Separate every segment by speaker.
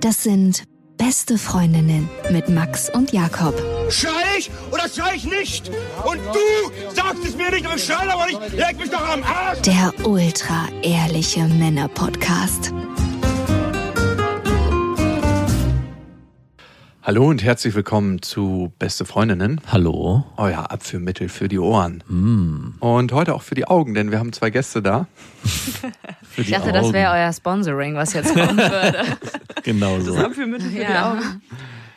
Speaker 1: Das sind Beste Freundinnen mit Max und Jakob.
Speaker 2: Schrei ich oder schrei ich nicht? Und du sagst es mir nicht, aber ich schrei aber nicht. Leg mich doch am Arsch!
Speaker 1: Der ultra-ehrliche Männer-Podcast.
Speaker 3: Hallo und herzlich willkommen zu Beste Freundinnen,
Speaker 4: Hallo.
Speaker 3: euer Abführmittel für die Ohren.
Speaker 4: Mm.
Speaker 3: Und heute auch für die Augen, denn wir haben zwei Gäste da.
Speaker 4: Für die
Speaker 5: Ich dachte, das wäre euer Sponsoring, was jetzt kommen würde.
Speaker 4: Genau so.
Speaker 6: Abführmittel ne? für die
Speaker 5: Ja.
Speaker 6: Augen.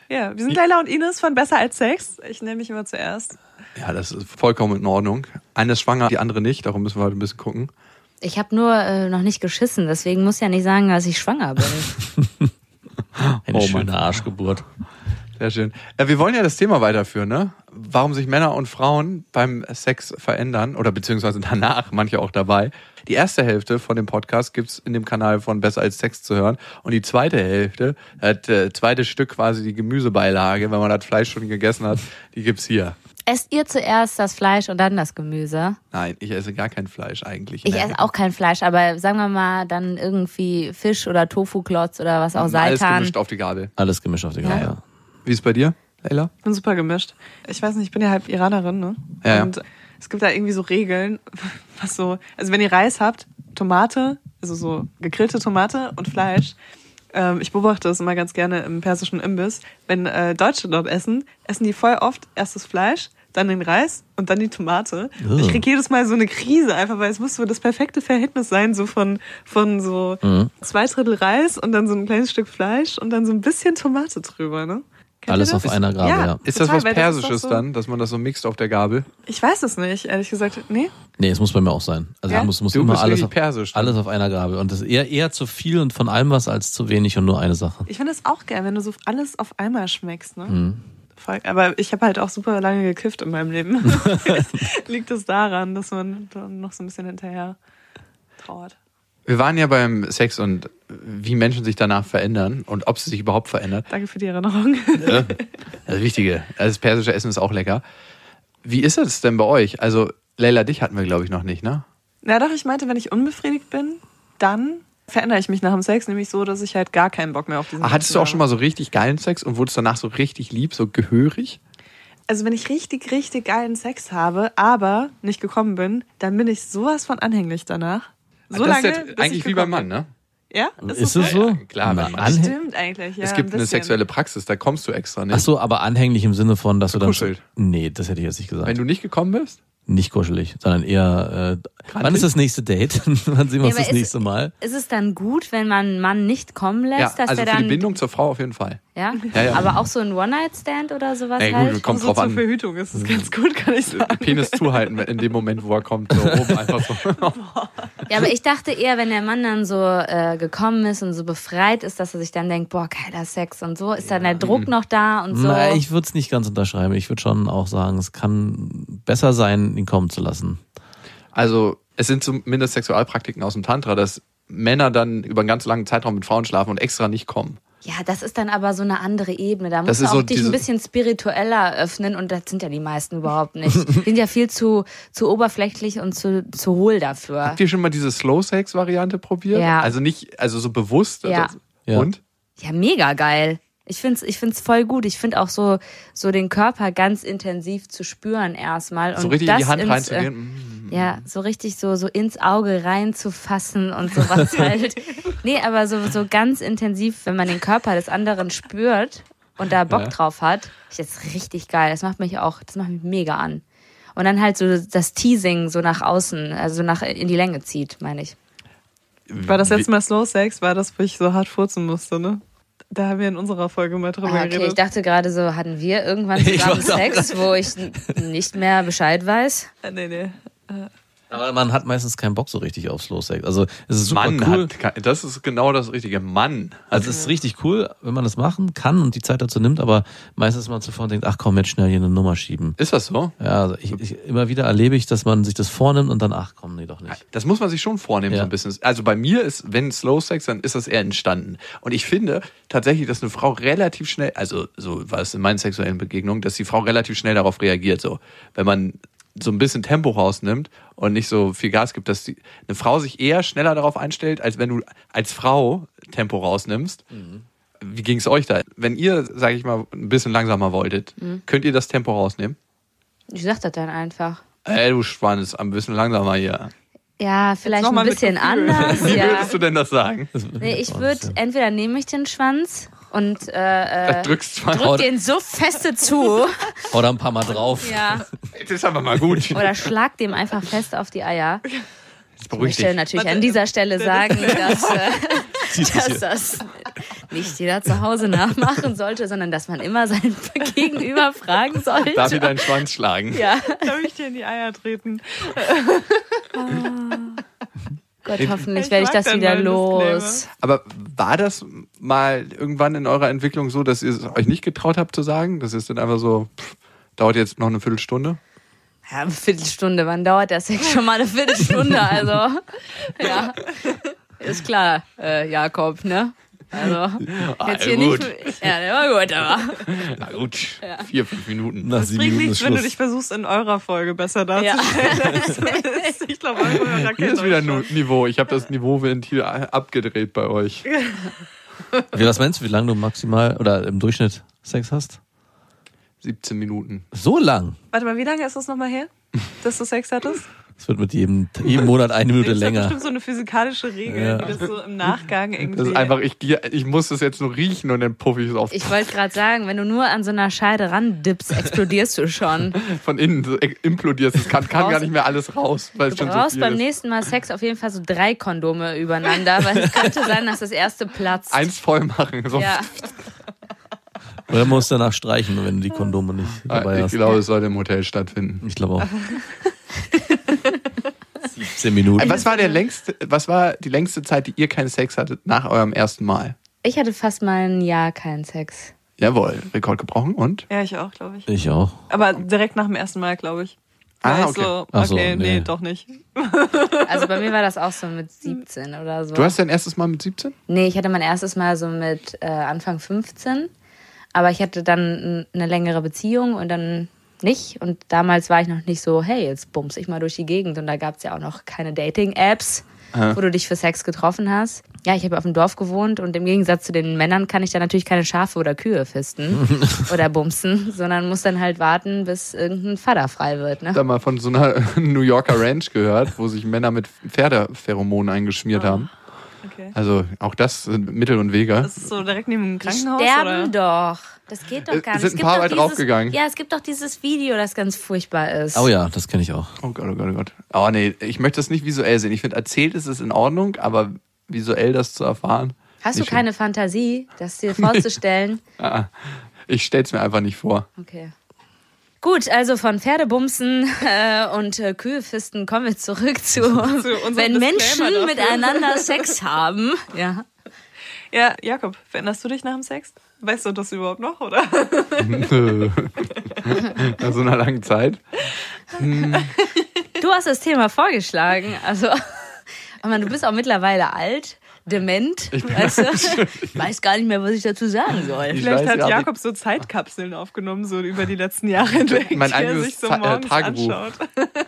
Speaker 6: Ja, wir sind Leila und Ines von Besser als Sex. Ich nenne mich immer zuerst.
Speaker 3: Ja, das ist vollkommen in Ordnung. Eine ist schwanger, die andere nicht, darum müssen wir heute ein bisschen gucken.
Speaker 5: Ich habe nur äh, noch nicht geschissen, deswegen muss ich ja nicht sagen, dass ich schwanger bin.
Speaker 4: Eine
Speaker 3: Oh Mann.
Speaker 4: schöne Arschgeburt.
Speaker 3: Sehr schön. Äh, wir wollen ja das Thema weiterführen, ne? Warum sich Männer und Frauen beim Sex verändern oder beziehungsweise danach, manche auch dabei. Die erste Hälfte von dem Podcast gibt's in dem Kanal von Besser als Sex zu hören. Und die zweite Hälfte, das äh, zweite Stück quasi die Gemüsebeilage, wenn man das Fleisch schon gegessen hat, die gibt's hier.
Speaker 5: Esst ihr zuerst das Fleisch und dann das Gemüse?
Speaker 3: Nein, ich esse gar kein Fleisch eigentlich. ne?
Speaker 5: Ich
Speaker 3: Nee.
Speaker 5: esse auch kein Fleisch, aber sagen wir mal dann irgendwie Fisch oder Tofu-Klotz oder was auch
Speaker 3: Alles
Speaker 5: Seitan.
Speaker 3: gemischt auf die Gabel.
Speaker 4: Alles gemischt auf die Gabel. Ja.
Speaker 3: Wie ist bei dir, Leila?
Speaker 6: Ich bin super gemischt. Ich weiß nicht, ich bin ja halb Iranerin, ne?
Speaker 3: Ja, ja.
Speaker 6: Und es gibt da irgendwie so Regeln, was so, also wenn ihr Reis habt, Tomate, also so gegrillte Tomate und Fleisch. Ähm, ich beobachte das immer ganz gerne im persischen Imbiss. Wenn äh, Deutsche dort essen, essen die voll oft erst das Fleisch, dann den Reis und dann die Tomate.
Speaker 3: Oh.
Speaker 6: Und ich
Speaker 4: Ugh.
Speaker 6: krieg jedes Mal so eine Krise, einfach weil es muss so das perfekte Verhältnis sein, so von, von so
Speaker 3: Mhm.
Speaker 6: zwei Drittel Reis und dann so ein kleines Stück Fleisch und dann so ein bisschen Tomate drüber, ne? Kennt
Speaker 4: Alles
Speaker 6: ihr
Speaker 4: auf einer Gabel, ja.
Speaker 3: Ist das
Speaker 6: total,
Speaker 3: was
Speaker 6: weil ist doch
Speaker 3: Persisches
Speaker 6: so-
Speaker 3: dann, dass man das so mixt auf der Gabel?
Speaker 6: Ich weiß es nicht, ehrlich gesagt. Nee,
Speaker 4: Nee, es muss bei mir auch sein. Also
Speaker 6: Ja?
Speaker 4: muss, muss
Speaker 3: Du
Speaker 4: immer
Speaker 3: bist
Speaker 4: alles
Speaker 3: wirklich
Speaker 4: auf,
Speaker 3: persisch, ne?
Speaker 4: alles auf einer Gabel. Und das ist eher, eher zu viel und von allem was als zu wenig und nur eine Sache.
Speaker 6: ich finde es auch geil, wenn du so alles auf einmal schmeckst, ne?
Speaker 4: Mhm.
Speaker 6: Voll, aber ich habe halt auch super lange gekifft in meinem Leben. Vielleicht Liegt es daran, dass man dann noch so ein bisschen hinterher trauert.
Speaker 3: Wir waren ja beim Sex und wie Menschen sich danach verändern und ob sie sich überhaupt verändern.
Speaker 6: Danke für die Erinnerung.
Speaker 3: Ne? Das Wichtige. Also Das persische Essen ist auch lecker. Wie ist es denn bei euch? Also, Leila, dich hatten wir, glaube ich, noch nicht, ne?
Speaker 6: Na doch, ich meinte, wenn ich unbefriedigt bin, dann verändere ich mich nach dem Sex, nämlich so, dass ich halt gar keinen Bock mehr auf diesen
Speaker 3: Ah, Hattest
Speaker 6: Sex
Speaker 3: du auch
Speaker 6: habe.
Speaker 3: schon mal so richtig geilen Sex und wurdest danach so richtig lieb, so gehörig?
Speaker 6: Also wenn ich richtig, richtig geilen Sex habe, aber nicht gekommen bin, dann bin ich sowas von anhänglich danach. So
Speaker 3: das
Speaker 6: lange,
Speaker 3: ist
Speaker 6: bis
Speaker 3: ja
Speaker 6: ich
Speaker 3: eigentlich wie beim
Speaker 6: gekommen
Speaker 3: Mann, ne?
Speaker 6: bin. Ja?
Speaker 4: Ist,
Speaker 6: es
Speaker 4: es so?
Speaker 3: Ja, ja, klar,
Speaker 4: Na,
Speaker 3: wenn man-
Speaker 4: anhäng-
Speaker 6: Stimmt eigentlich, ja.
Speaker 3: es gibt
Speaker 6: ein
Speaker 3: eine
Speaker 6: bisschen.
Speaker 3: sexuelle Praxis, da kommst du extra nicht.
Speaker 4: Ach so, aber anhänglich im Sinne von, dass du dann.
Speaker 3: Gekuschelt.
Speaker 4: Nee, das hätte ich jetzt nicht gesagt.
Speaker 3: Wenn du nicht gekommen bist?
Speaker 4: nicht kuschelig, sondern eher. Äh, wann ist das nächste Date? wann sehen wir uns
Speaker 5: aber
Speaker 4: das
Speaker 5: ist-
Speaker 4: nächste Mal?
Speaker 5: Ist es dann gut, wenn man einen Mann nicht kommen lässt,
Speaker 3: ja,
Speaker 5: dass
Speaker 3: also
Speaker 5: er
Speaker 3: für die
Speaker 5: dann.
Speaker 3: Bindung zur Frau auf jeden Fall.
Speaker 5: ja?
Speaker 3: Ja, ja.
Speaker 5: aber auch so ein One-Night-Stand oder sowas
Speaker 3: Na
Speaker 5: halt.
Speaker 3: kommt
Speaker 6: Also
Speaker 3: drauf
Speaker 6: zur
Speaker 3: an. Mhm.
Speaker 6: Verhütung ist es ganz gut, kann ich sagen.
Speaker 3: Penis zuhalten in dem Moment, wo er kommt. So oben einfach so.
Speaker 5: Ja, aber ich dachte eher, wenn der Mann dann so äh, gekommen ist und so befreit ist, dass er sich dann denkt, boah, geiler Sex und so, ist dann der
Speaker 3: Hm.
Speaker 5: Druck noch da und so.
Speaker 4: Na, ich würde es nicht ganz unterschreiben. Ich würde schon auch sagen, es kann besser sein, ihn kommen zu lassen.
Speaker 3: Also es sind zumindest Sexualpraktiken aus dem Tantra, dass Männer dann über einen ganz langen Zeitraum mit Frauen schlafen und extra nicht kommen.
Speaker 5: ja, das ist dann aber so eine andere Ebene. Da
Speaker 3: Das ist
Speaker 5: musst du auch
Speaker 3: so
Speaker 5: dich
Speaker 3: diese-
Speaker 5: ein bisschen spiritueller öffnen und das sind ja die meisten überhaupt nicht. Die sind ja viel zu, zu oberflächlich und zu, zu hohl dafür.
Speaker 3: Habt ihr schon mal diese Slow-Sex-Variante probiert?
Speaker 5: Ja.
Speaker 3: Also nicht, also so bewusst.
Speaker 5: Ja.
Speaker 3: Also-
Speaker 4: Ja.
Speaker 3: Und?
Speaker 5: Ja, mega geil. Ich find's, ich find's voll gut. Ich find auch so, so den Körper ganz intensiv zu spüren erstmal.
Speaker 3: So
Speaker 5: und
Speaker 3: richtig in
Speaker 5: das
Speaker 3: die Hand
Speaker 5: ins,
Speaker 3: reinzugehen.
Speaker 5: äh,
Speaker 3: Mm.
Speaker 5: Ja,
Speaker 4: Mhm.
Speaker 5: so richtig so, so ins Auge reinzufassen und sowas halt. Nee, aber so, so ganz intensiv, wenn man den Körper des anderen spürt und da Bock
Speaker 3: Ja.
Speaker 5: drauf hat, ist jetzt richtig geil. Das macht mich auch, das macht mich mega an. Und dann halt so das Teasing so nach außen, also nach in die Länge zieht, meine ich.
Speaker 6: War das letzte Mal Slow Sex, war das, wo ich so hart furzen musste, ne? Da haben wir in unserer Folge mal drüber
Speaker 5: Ah, okay, ich
Speaker 6: geredet.
Speaker 5: dachte gerade so, hatten wir irgendwann
Speaker 4: Ich
Speaker 5: zusammen
Speaker 4: weiß auch
Speaker 5: Sex, wo ich n- nicht mehr Bescheid weiß?
Speaker 6: Ah, nee, nee.
Speaker 4: Aber man hat meistens keinen Bock so richtig auf Slow Sex. Also es ist super
Speaker 3: Mann
Speaker 4: cool.
Speaker 3: hat, kein- das ist genau das richtige. Mann.
Speaker 4: Also es ist richtig cool, wenn man das machen kann und die Zeit dazu nimmt, aber meistens man zuvor denkt, ach komm, jetzt schnell hier eine Nummer schieben.
Speaker 3: Ist das so?
Speaker 4: Ja, also ich, ich, immer wieder erlebe ich, dass man sich das vornimmt und dann, ach komm, nee, doch nicht.
Speaker 3: Das muss man sich schon vornehmen,
Speaker 4: Ja.
Speaker 3: so ein bisschen. Also bei mir ist, wenn Slow Sex, dann ist das eher entstanden. Und ich finde tatsächlich, dass eine Frau relativ schnell, also so war es in meinen sexuellen Begegnungen, dass die Frau relativ schnell darauf reagiert, so. Wenn man so ein bisschen Tempo rausnimmt und nicht so viel Gas gibt, dass die, eine Frau sich eher schneller darauf einstellt, als wenn du als Frau Tempo rausnimmst. Wie ging es euch da? Wenn ihr, sage ich mal, ein bisschen langsamer wolltet, könnt ihr das Tempo rausnehmen?
Speaker 5: Ich sag das dann einfach.
Speaker 3: Ey, du Schwanz, ein bisschen langsamer hier.
Speaker 5: Ja, vielleicht
Speaker 6: noch mal
Speaker 5: ein
Speaker 6: mit
Speaker 5: bisschen
Speaker 6: Gefühl.
Speaker 5: anders.
Speaker 3: Wie
Speaker 5: ja.
Speaker 3: würdest du denn das sagen?
Speaker 5: Nee, ich würde, entweder nehme ich den Schwanz und äh, äh,
Speaker 3: Drückst mal
Speaker 5: drück den so feste zu.
Speaker 4: Oder ein paar Mal drauf.
Speaker 5: ja.
Speaker 3: Das ist aber mal gut.
Speaker 5: Oder schlag dem einfach fest auf die Eier.
Speaker 3: Jetzt
Speaker 5: Ich
Speaker 3: beruhig
Speaker 5: möchte
Speaker 3: dich.
Speaker 5: natürlich an dieser Stelle sagen, dass, äh, dass das nicht jeder zu Hause nachmachen sollte, sondern dass man immer sein Gegenüber fragen
Speaker 3: Darf ich
Speaker 5: sollte.
Speaker 3: deinen Schwanz schlagen?
Speaker 5: Ja,
Speaker 6: Darf ich dir in die Eier treten?
Speaker 5: Gott,
Speaker 3: Ich-
Speaker 5: hoffentlich
Speaker 6: Ich
Speaker 5: werde ich
Speaker 6: mag
Speaker 5: das
Speaker 6: deinen
Speaker 5: wieder
Speaker 6: neuen
Speaker 5: los.
Speaker 3: Aber war das mal irgendwann in eurer Entwicklung so, dass ihr es euch nicht getraut habt zu sagen? Das ist dann einfach so, pff, dauert jetzt noch eine Viertelstunde?
Speaker 5: Ja, eine Viertelstunde, wann dauert das denn schon mal eine Viertelstunde? Also, ja, ist klar, äh, Jakob, ne? Also, jetzt hier
Speaker 3: Ah, gut.
Speaker 5: nicht. Ja, der war gut, aber.
Speaker 3: Na gut, vier, fünf Minuten.
Speaker 4: Nach
Speaker 6: Das
Speaker 4: sieben
Speaker 6: bringt
Speaker 4: Minuten
Speaker 6: nichts,
Speaker 4: ist
Speaker 6: wenn du dich
Speaker 4: Schluss.
Speaker 6: versuchst, in eurer Folge besser
Speaker 5: Ja.
Speaker 6: darzustellen. Ich glaube, eure Hörer
Speaker 3: Hier
Speaker 6: kennen
Speaker 3: ist wieder
Speaker 6: euch
Speaker 3: ein
Speaker 6: schon.
Speaker 3: Niveau. Ich habe das Niveauventil abgedreht bei euch.
Speaker 4: Wie, was meinst du, wie lange du maximal oder im Durchschnitt Sex hast?
Speaker 3: 17 Minuten.
Speaker 4: So lang.
Speaker 6: Warte mal, wie lange ist das nochmal her, dass du Sex hattest?
Speaker 4: Es wird mit jedem, jedem Monat eine Minute
Speaker 6: Das ist
Speaker 4: länger.
Speaker 6: bestimmt so eine physikalische Regel,
Speaker 4: Ja.
Speaker 6: die das so im Nachgang irgendwie.
Speaker 3: Das ist einfach, ich, gehe- ich muss das jetzt nur riechen und dann puff ich es auf.
Speaker 5: Ich wollte gerade sagen, wenn du nur an so einer Scheide randippst, explodierst du schon.
Speaker 3: von innen so e- implodierst. Es kann, kann
Speaker 5: brauchst-
Speaker 3: gar nicht mehr alles raus, weil es
Speaker 5: Du
Speaker 3: schon so
Speaker 5: brauchst
Speaker 3: viel
Speaker 5: beim
Speaker 3: ist.
Speaker 5: nächsten Mal Sex auf jeden Fall so drei Kondome übereinander, weil es könnte sein, dass das erste platzt.
Speaker 3: Eins voll machen. So.
Speaker 5: Ja.
Speaker 4: Oder musst du danach streichen, wenn du die Kondome nicht dabei
Speaker 3: Ah, Ich
Speaker 4: hast.
Speaker 3: glaube, es soll im Hotel stattfinden.
Speaker 4: Ich glaube auch. 17 Minuten.
Speaker 3: Äh, Was war der längste, was war die längste Zeit, die ihr keinen Sex hattet nach eurem ersten Mal?
Speaker 5: Ich hatte fast mal ein Jahr keinen Sex.
Speaker 3: Jawohl, Rekord gebrochen und?
Speaker 6: ja, ich auch, glaube ich.
Speaker 4: Ich auch.
Speaker 6: Aber direkt nach dem ersten Mal, glaube ich.
Speaker 3: Ah,
Speaker 6: War ich
Speaker 3: okay.
Speaker 6: So,
Speaker 4: Ach
Speaker 6: okay,
Speaker 4: so,
Speaker 6: nee.
Speaker 4: nee.
Speaker 6: doch nicht.
Speaker 5: Also bei mir war das auch so mit 17 oder so.
Speaker 3: Du hast dein erstes Mal mit 17?
Speaker 5: nee, ich hatte mein erstes Mal so mit äh, Anfang 15, aber ich hatte dann n- eine längere Beziehung und dann nicht. Und damals war ich noch nicht so, hey, jetzt bumse ich mal durch die Gegend. Und da gab es ja auch noch keine Dating-Apps, wo du dich für Sex getroffen hast. Ja, ich habe auf dem Dorf gewohnt und im Gegensatz zu den Männern kann ich da natürlich keine Schafe oder Kühe fisten oder bumsen, sondern muss dann halt warten, bis irgendein Vater frei wird. Ne?
Speaker 3: Da mal von so einer New Yorker Ranch gehört, wo sich Männer mit Pferdeferomonen eingeschmiert haben.
Speaker 6: Okay.
Speaker 3: Also auch das sind Mittel und Wege.
Speaker 6: Das ist so direkt neben dem Krankenhaus?
Speaker 5: sterben
Speaker 6: oder?
Speaker 5: doch. Das geht doch
Speaker 3: Äh, Es
Speaker 5: gar nicht.
Speaker 3: sind
Speaker 5: Es
Speaker 3: ein
Speaker 5: gibt
Speaker 3: paar
Speaker 5: doch
Speaker 3: bei
Speaker 5: dieses-
Speaker 3: draufgegangen.
Speaker 5: Ja, es gibt doch dieses Video, das ganz furchtbar ist.
Speaker 4: Oh ja, das kenne ich auch.
Speaker 3: Oh Gott, oh Gott, oh Gott. Oh nee, ich möchte das nicht visuell sehen. Ich finde, erzählt ist es in Ordnung, aber visuell das zu erfahren.
Speaker 5: Hast du
Speaker 3: nicht
Speaker 5: keine Fantasie, das dir vorzustellen?
Speaker 3: schön. Ah, ich stell's mir einfach nicht vor.
Speaker 5: Okay. Gut, also von Pferdebumsen äh, und äh, Kühefisten kommen wir zurück zu,
Speaker 6: unserem
Speaker 5: wenn
Speaker 6: Disclaimer
Speaker 5: Menschen
Speaker 6: dafür.
Speaker 5: miteinander Sex haben. Ja.
Speaker 6: Ja, Jakob, veränderst du dich nach dem Sex? Weißt du das überhaupt noch, oder?
Speaker 3: Nach so einer langen Zeit.
Speaker 5: Du hast das Thema vorgeschlagen. Also, oh Mann, du bist auch mittlerweile alt, dement. Ich weißt du? weiß gar nicht mehr, was ich dazu sagen soll.
Speaker 3: Ich
Speaker 6: Vielleicht
Speaker 3: weiß
Speaker 6: hat
Speaker 3: gar nicht.
Speaker 6: Jakob so Zeitkapseln aufgenommen, so über die letzten Jahre hinweg,
Speaker 3: Mein
Speaker 6: die er
Speaker 3: eigenes
Speaker 6: sich so
Speaker 3: Ta- äh,
Speaker 6: morgens
Speaker 3: Tagebuch.
Speaker 6: anschaut.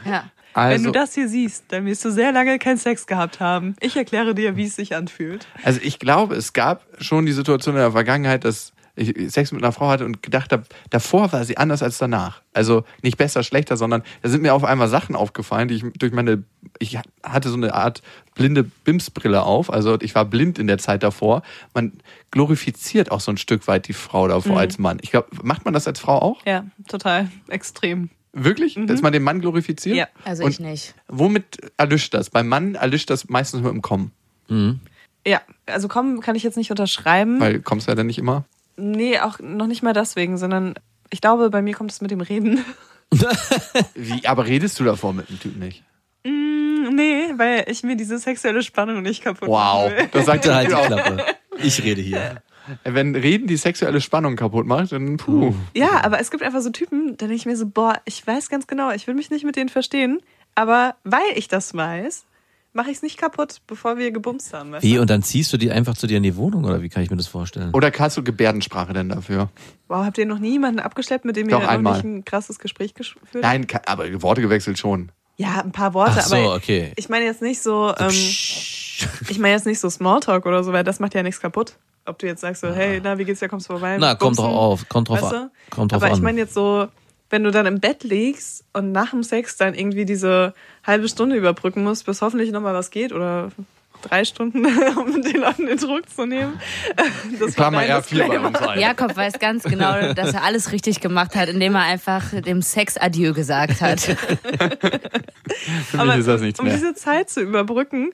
Speaker 5: Ja.
Speaker 6: Wenn
Speaker 3: Also,
Speaker 6: du das hier siehst, dann wirst du sehr lange keinen Sex gehabt haben. Ich erkläre dir, wie es sich anfühlt.
Speaker 3: also ich glaube, es gab schon die Situation in der Vergangenheit, dass ich Sex mit einer Frau hatte und gedacht habe, davor war sie anders als danach. Also nicht besser, schlechter, sondern da sind mir auf einmal Sachen aufgefallen, die ich durch meine, ich hatte so eine Art blinde Bimsbrille auf, also ich war blind in der Zeit davor. Man glorifiziert auch so ein Stück weit die Frau davor
Speaker 5: Mhm.
Speaker 3: als Mann. Ich glaube, macht man das als Frau auch?
Speaker 6: Ja, total extrem.
Speaker 3: Wirklich? Dass man den Mann glorifiziert?
Speaker 6: Ja.
Speaker 5: Mhm. Also
Speaker 3: und
Speaker 5: ich nicht.
Speaker 3: Womit erlischt das? Beim Mann erlischt das meistens mit dem Kommen,
Speaker 6: Ja, also kommen kann ich jetzt nicht
Speaker 5: Mhm.
Speaker 6: unterschreiben.
Speaker 3: weil kommst ja dann nicht immer.
Speaker 6: Nee, auch noch nicht mal deswegen, sondern ich glaube, bei mir kommt es mit dem Reden.
Speaker 3: Wie, aber redest du davor mit dem Typ nicht?
Speaker 6: Nee, weil ich mir diese sexuelle Spannung nicht kaputt
Speaker 3: Wow,
Speaker 6: machen will.
Speaker 3: das sagt
Speaker 4: Bitte
Speaker 3: er
Speaker 4: halt
Speaker 3: halt
Speaker 4: die
Speaker 3: auch.
Speaker 4: Klappe. Ich rede hier.
Speaker 3: Wenn Reden die sexuelle Spannung kaputt macht, dann puh.
Speaker 6: Ja, aber es gibt einfach so Typen, da denke ich mir so, boah, ich weiß ganz genau, ich will mich nicht mit denen verstehen, aber weil ich das weiß, mache ich es nicht kaputt, bevor wir gebumst haben. weißt
Speaker 4: Wie,
Speaker 6: du?
Speaker 4: und dann ziehst du die einfach zu dir in die Wohnung oder wie kann ich mir das vorstellen?
Speaker 3: Oder kannst du Gebärdensprache denn dafür?
Speaker 6: Wow, habt ihr noch nie jemanden abgestellt, mit dem
Speaker 3: Doch,
Speaker 6: ihr noch
Speaker 3: einmal.
Speaker 6: nicht ein krasses Gespräch gesch- geführt habt?
Speaker 3: Nein, ka- aber Worte gewechselt schon.
Speaker 6: Ja, ein paar Worte,
Speaker 4: Ach so,
Speaker 6: aber
Speaker 4: okay.
Speaker 6: ich meine jetzt nicht so, ähm,
Speaker 4: Psch.
Speaker 6: ich meine jetzt nicht so Smalltalk oder so, weil das macht ja nichts kaputt. Ob du jetzt sagst so, hey, na, wie geht's dir, kommst du vorbei?
Speaker 4: Na, kommt
Speaker 6: Bumsen,
Speaker 4: drauf auf, kommt drauf
Speaker 6: weißt
Speaker 4: an,
Speaker 6: du?
Speaker 4: kommt drauf
Speaker 6: Aber ich
Speaker 4: an.
Speaker 6: meine jetzt so, wenn du dann im Bett liegst und nach dem Sex dann irgendwie diese halbe Stunde überbrücken musst, bis hoffentlich nochmal was geht oder drei Stunden, um den Leuten den Druck zu nehmen. Das war
Speaker 3: Klammer
Speaker 6: dein
Speaker 3: R4 bei
Speaker 6: Disclaimer.
Speaker 3: uns allen.
Speaker 5: Jakob weiß ganz genau, dass er alles richtig gemacht hat, indem er einfach dem Sex Adieu gesagt hat.
Speaker 3: Für mich ist das nichts
Speaker 6: um
Speaker 3: mehr.
Speaker 6: diese Zeit zu überbrücken,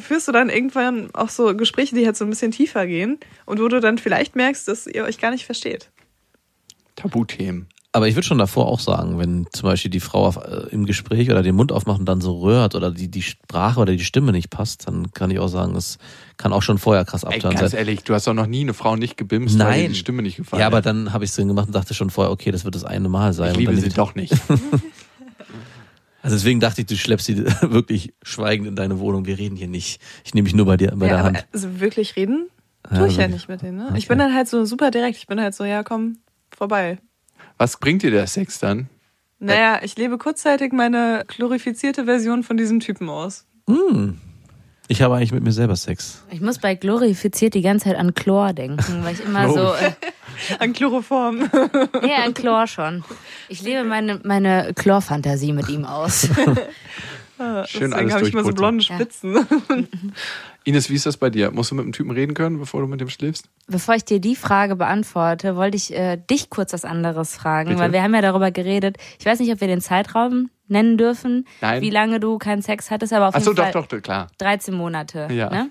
Speaker 6: führst du dann irgendwann auch so Gespräche, die halt so ein bisschen tiefer gehen und wo du dann vielleicht merkst, dass ihr euch gar nicht versteht.
Speaker 3: Tabuthemen.
Speaker 4: Aber ich würde schon davor auch sagen, wenn zum Beispiel die Frau auf, äh, im Gespräch oder den Mund aufmacht und dann so röhrt oder die, die Sprache oder die Stimme nicht passt, dann kann ich auch sagen, es kann auch schon vorher krass
Speaker 3: Ey,
Speaker 4: abtören
Speaker 3: ganz
Speaker 4: sein.
Speaker 3: ehrlich, du hast doch noch nie eine Frau nicht gebimst, weil dir die Stimme nicht gefallen
Speaker 4: Ja, aber
Speaker 3: hat.
Speaker 4: dann habe ich es drin gemacht und dachte schon vorher, okay, das wird das eine Mal sein.
Speaker 3: Ich
Speaker 4: Und
Speaker 3: liebe
Speaker 4: dann
Speaker 3: sie doch nicht.
Speaker 4: Also deswegen dachte ich, du schleppst sie wirklich schweigend in deine Wohnung. Wir reden hier nicht. Ich nehme mich nur bei dir bei der
Speaker 6: aber
Speaker 5: äh,
Speaker 4: Hand.
Speaker 6: also wirklich reden
Speaker 4: Ja,
Speaker 6: tue ich ja
Speaker 4: wirklich.
Speaker 6: nicht mit denen. Ne?
Speaker 4: Okay.
Speaker 6: Ich bin dann halt so super direkt. Ich bin halt so, ja komm, vorbei.
Speaker 3: Was bringt dir der Sex dann? Äh.
Speaker 6: Naja, ich lebe kurzzeitig meine glorifizierte Version von diesem Typen aus.
Speaker 4: Ich habe eigentlich mit mir selber Sex.
Speaker 5: Ich muss bei glorifiziert die ganze Zeit an Chlor denken, weil ich
Speaker 3: Oh.
Speaker 5: immer so äh,
Speaker 6: An Chloroform.
Speaker 5: ja an Chlor schon. Ich lebe meine meine Chlorfantasie mit ihm aus.
Speaker 3: Schön
Speaker 6: Deswegen
Speaker 3: alles
Speaker 6: habe ich immer so
Speaker 3: durchputzen.
Speaker 5: Ja.
Speaker 6: blonde Spitzen.
Speaker 3: Ines, wie ist das bei dir? Musst du mit dem Typen reden können, bevor du mit dem schläfst?
Speaker 5: Bevor ich dir die Frage beantworte, wollte ich äh, dich kurz was anderes fragen,
Speaker 3: Bitte?
Speaker 5: weil wir haben ja darüber geredet. Ich weiß nicht, ob wir den Zeitraum nennen dürfen,
Speaker 3: Nein.
Speaker 5: wie lange du keinen Sex hattest, aber auf
Speaker 3: Ach so,
Speaker 5: jeden
Speaker 3: doch,
Speaker 5: Fall
Speaker 3: doch, doch, klar.
Speaker 5: 13 Monate.
Speaker 3: Ja.
Speaker 5: Ne?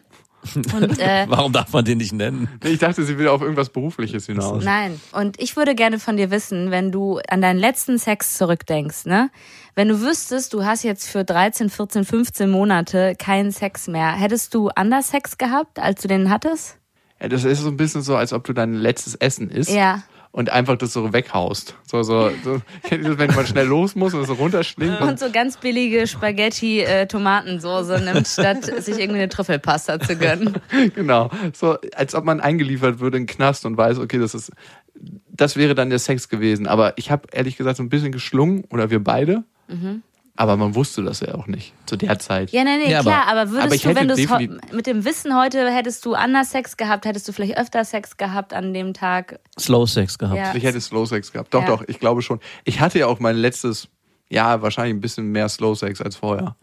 Speaker 5: Und äh,
Speaker 4: Warum darf man den nicht nennen?
Speaker 3: Nee, Ich dachte, sie will auf irgendwas Berufliches hinaus.
Speaker 5: Nein. Und ich würde gerne von dir wissen, wenn du an deinen letzten Sex zurückdenkst, ne? Wenn du wüsstest, du hast jetzt für 13, 14, 15 Monate keinen Sex mehr, hättest du anders Sex gehabt, als du den hattest?
Speaker 3: Ja, das ist so ein bisschen so, als ob du dein letztes Essen isst
Speaker 5: Ja.
Speaker 3: und einfach das so weghaust. So, so, so kennt ihr das, wenn man schnell los muss und es so runterschlingt.
Speaker 5: Und so ganz billige Spaghetti-Tomatensoße nimmt, statt sich irgendwie eine Trüffelpasta zu gönnen.
Speaker 3: genau. So, als ob man eingeliefert würde in den Knast und weiß, okay, das ist, das wäre dann der Sex gewesen. Aber ich habe ehrlich gesagt so ein bisschen geschlungen oder wir beide. Aber man wusste das ja auch nicht zu der Zeit.
Speaker 5: Ja, ne. nein, nee,
Speaker 4: Ja, aber-
Speaker 5: klar, aber würdest
Speaker 3: aber ich
Speaker 5: du, wenn
Speaker 3: hätte
Speaker 5: du es heu-
Speaker 3: definitiv-
Speaker 5: mit dem Wissen heute hättest du anders Sex gehabt, hättest du vielleicht öfter Sex gehabt an dem Tag?
Speaker 4: Slow Sex gehabt.
Speaker 5: Ja.
Speaker 3: Also Ich hätte Slow Sex gehabt. Doch,
Speaker 5: Ja.
Speaker 3: doch, ich glaube schon. Ich hatte ja auch mein letztes Jahr wahrscheinlich ein bisschen mehr Slow Sex als vorher.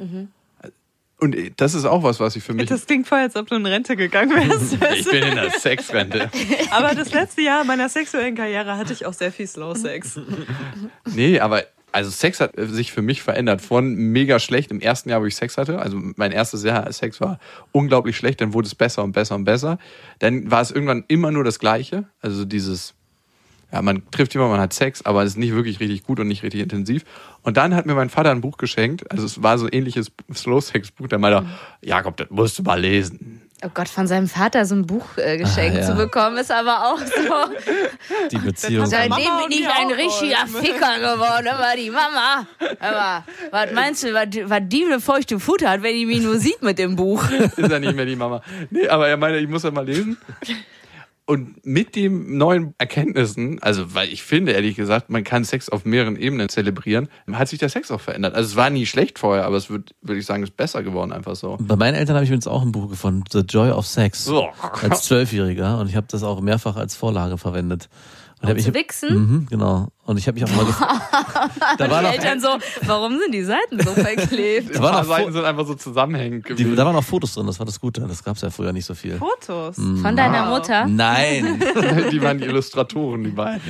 Speaker 3: Und äh, das ist auch was, was ich für mich.
Speaker 6: Das klingt voll, als ob du in Rente gegangen wärst.
Speaker 3: Ich bin in der Sexrente.
Speaker 6: Aber das letzte Jahr meiner sexuellen Karriere hatte ich auch sehr viel Slow Sex.
Speaker 3: Nee, aber also Sex hat äh, sich für mich verändert. Von mega schlecht im ersten Jahr, wo ich Sex hatte. Also mein erstes Jahr Sex war unglaublich schlecht, dann wurde es besser und besser und besser. Dann war es irgendwann immer nur das Gleiche. Also dieses, ja, man trifft jemanden, man hat Sex, aber es ist nicht wirklich richtig gut und nicht richtig intensiv. Und dann hat mir mein Vater ein Buch geschenkt. Also es war so ein ähnliches Slow-Sex-Buch. Der meinte, Jakob, das musst du mal lesen.
Speaker 5: Oh Gott, von seinem Vater so ein Buch äh, geschenkt
Speaker 4: Ah, ja.
Speaker 5: zu bekommen, ist aber auch so.
Speaker 4: Die Beziehung.
Speaker 5: Also
Speaker 6: hat
Speaker 4: kann-
Speaker 6: er Mama
Speaker 5: Seitdem
Speaker 6: und
Speaker 5: bin ich
Speaker 6: mir
Speaker 5: ein
Speaker 6: auch
Speaker 5: richtiger Ficker geworden, aber die Mama. Aber was meinst du, was, was die eine feuchte Futter hat, wenn die mich nur sieht mit dem Buch?
Speaker 3: ist ja nicht mehr die Mama. Nee, aber er meinte, ich muss das mal lesen. Und mit den neuen Erkenntnissen, also weil ich finde, ehrlich gesagt, man kann Sex auf mehreren Ebenen zelebrieren, hat sich der Sex auch verändert. Also es war nie schlecht vorher, aber es wird, würde ich sagen, ist besser geworden einfach so.
Speaker 4: Bei meinen Eltern habe ich mir jetzt auch ein Buch gefunden, The Joy of Sex.
Speaker 3: So.
Speaker 4: Als Zwölfjähriger. Und ich habe das auch mehrfach als Vorlage verwendet. Und hab
Speaker 5: Zu
Speaker 4: mich,
Speaker 5: wichsen?
Speaker 6: Hm.
Speaker 4: mhm, genau. Und ich habe mich auch mal gefragt. da war
Speaker 5: Die
Speaker 4: noch,
Speaker 5: Eltern so, warum sind die Seiten so verklebt?
Speaker 3: Die
Speaker 4: da war noch
Speaker 3: Seiten
Speaker 4: Fo-
Speaker 3: sind einfach so zusammenhängend
Speaker 4: die,
Speaker 3: gewesen.
Speaker 4: da waren noch Fotos drin, das war das Gute. Das gab es ja früher nicht so viel.
Speaker 6: Fotos.
Speaker 4: Mhm.
Speaker 5: Von deiner
Speaker 6: Wow.
Speaker 5: Mutter?
Speaker 4: Nein.
Speaker 3: die waren die Illustratoren, die beiden.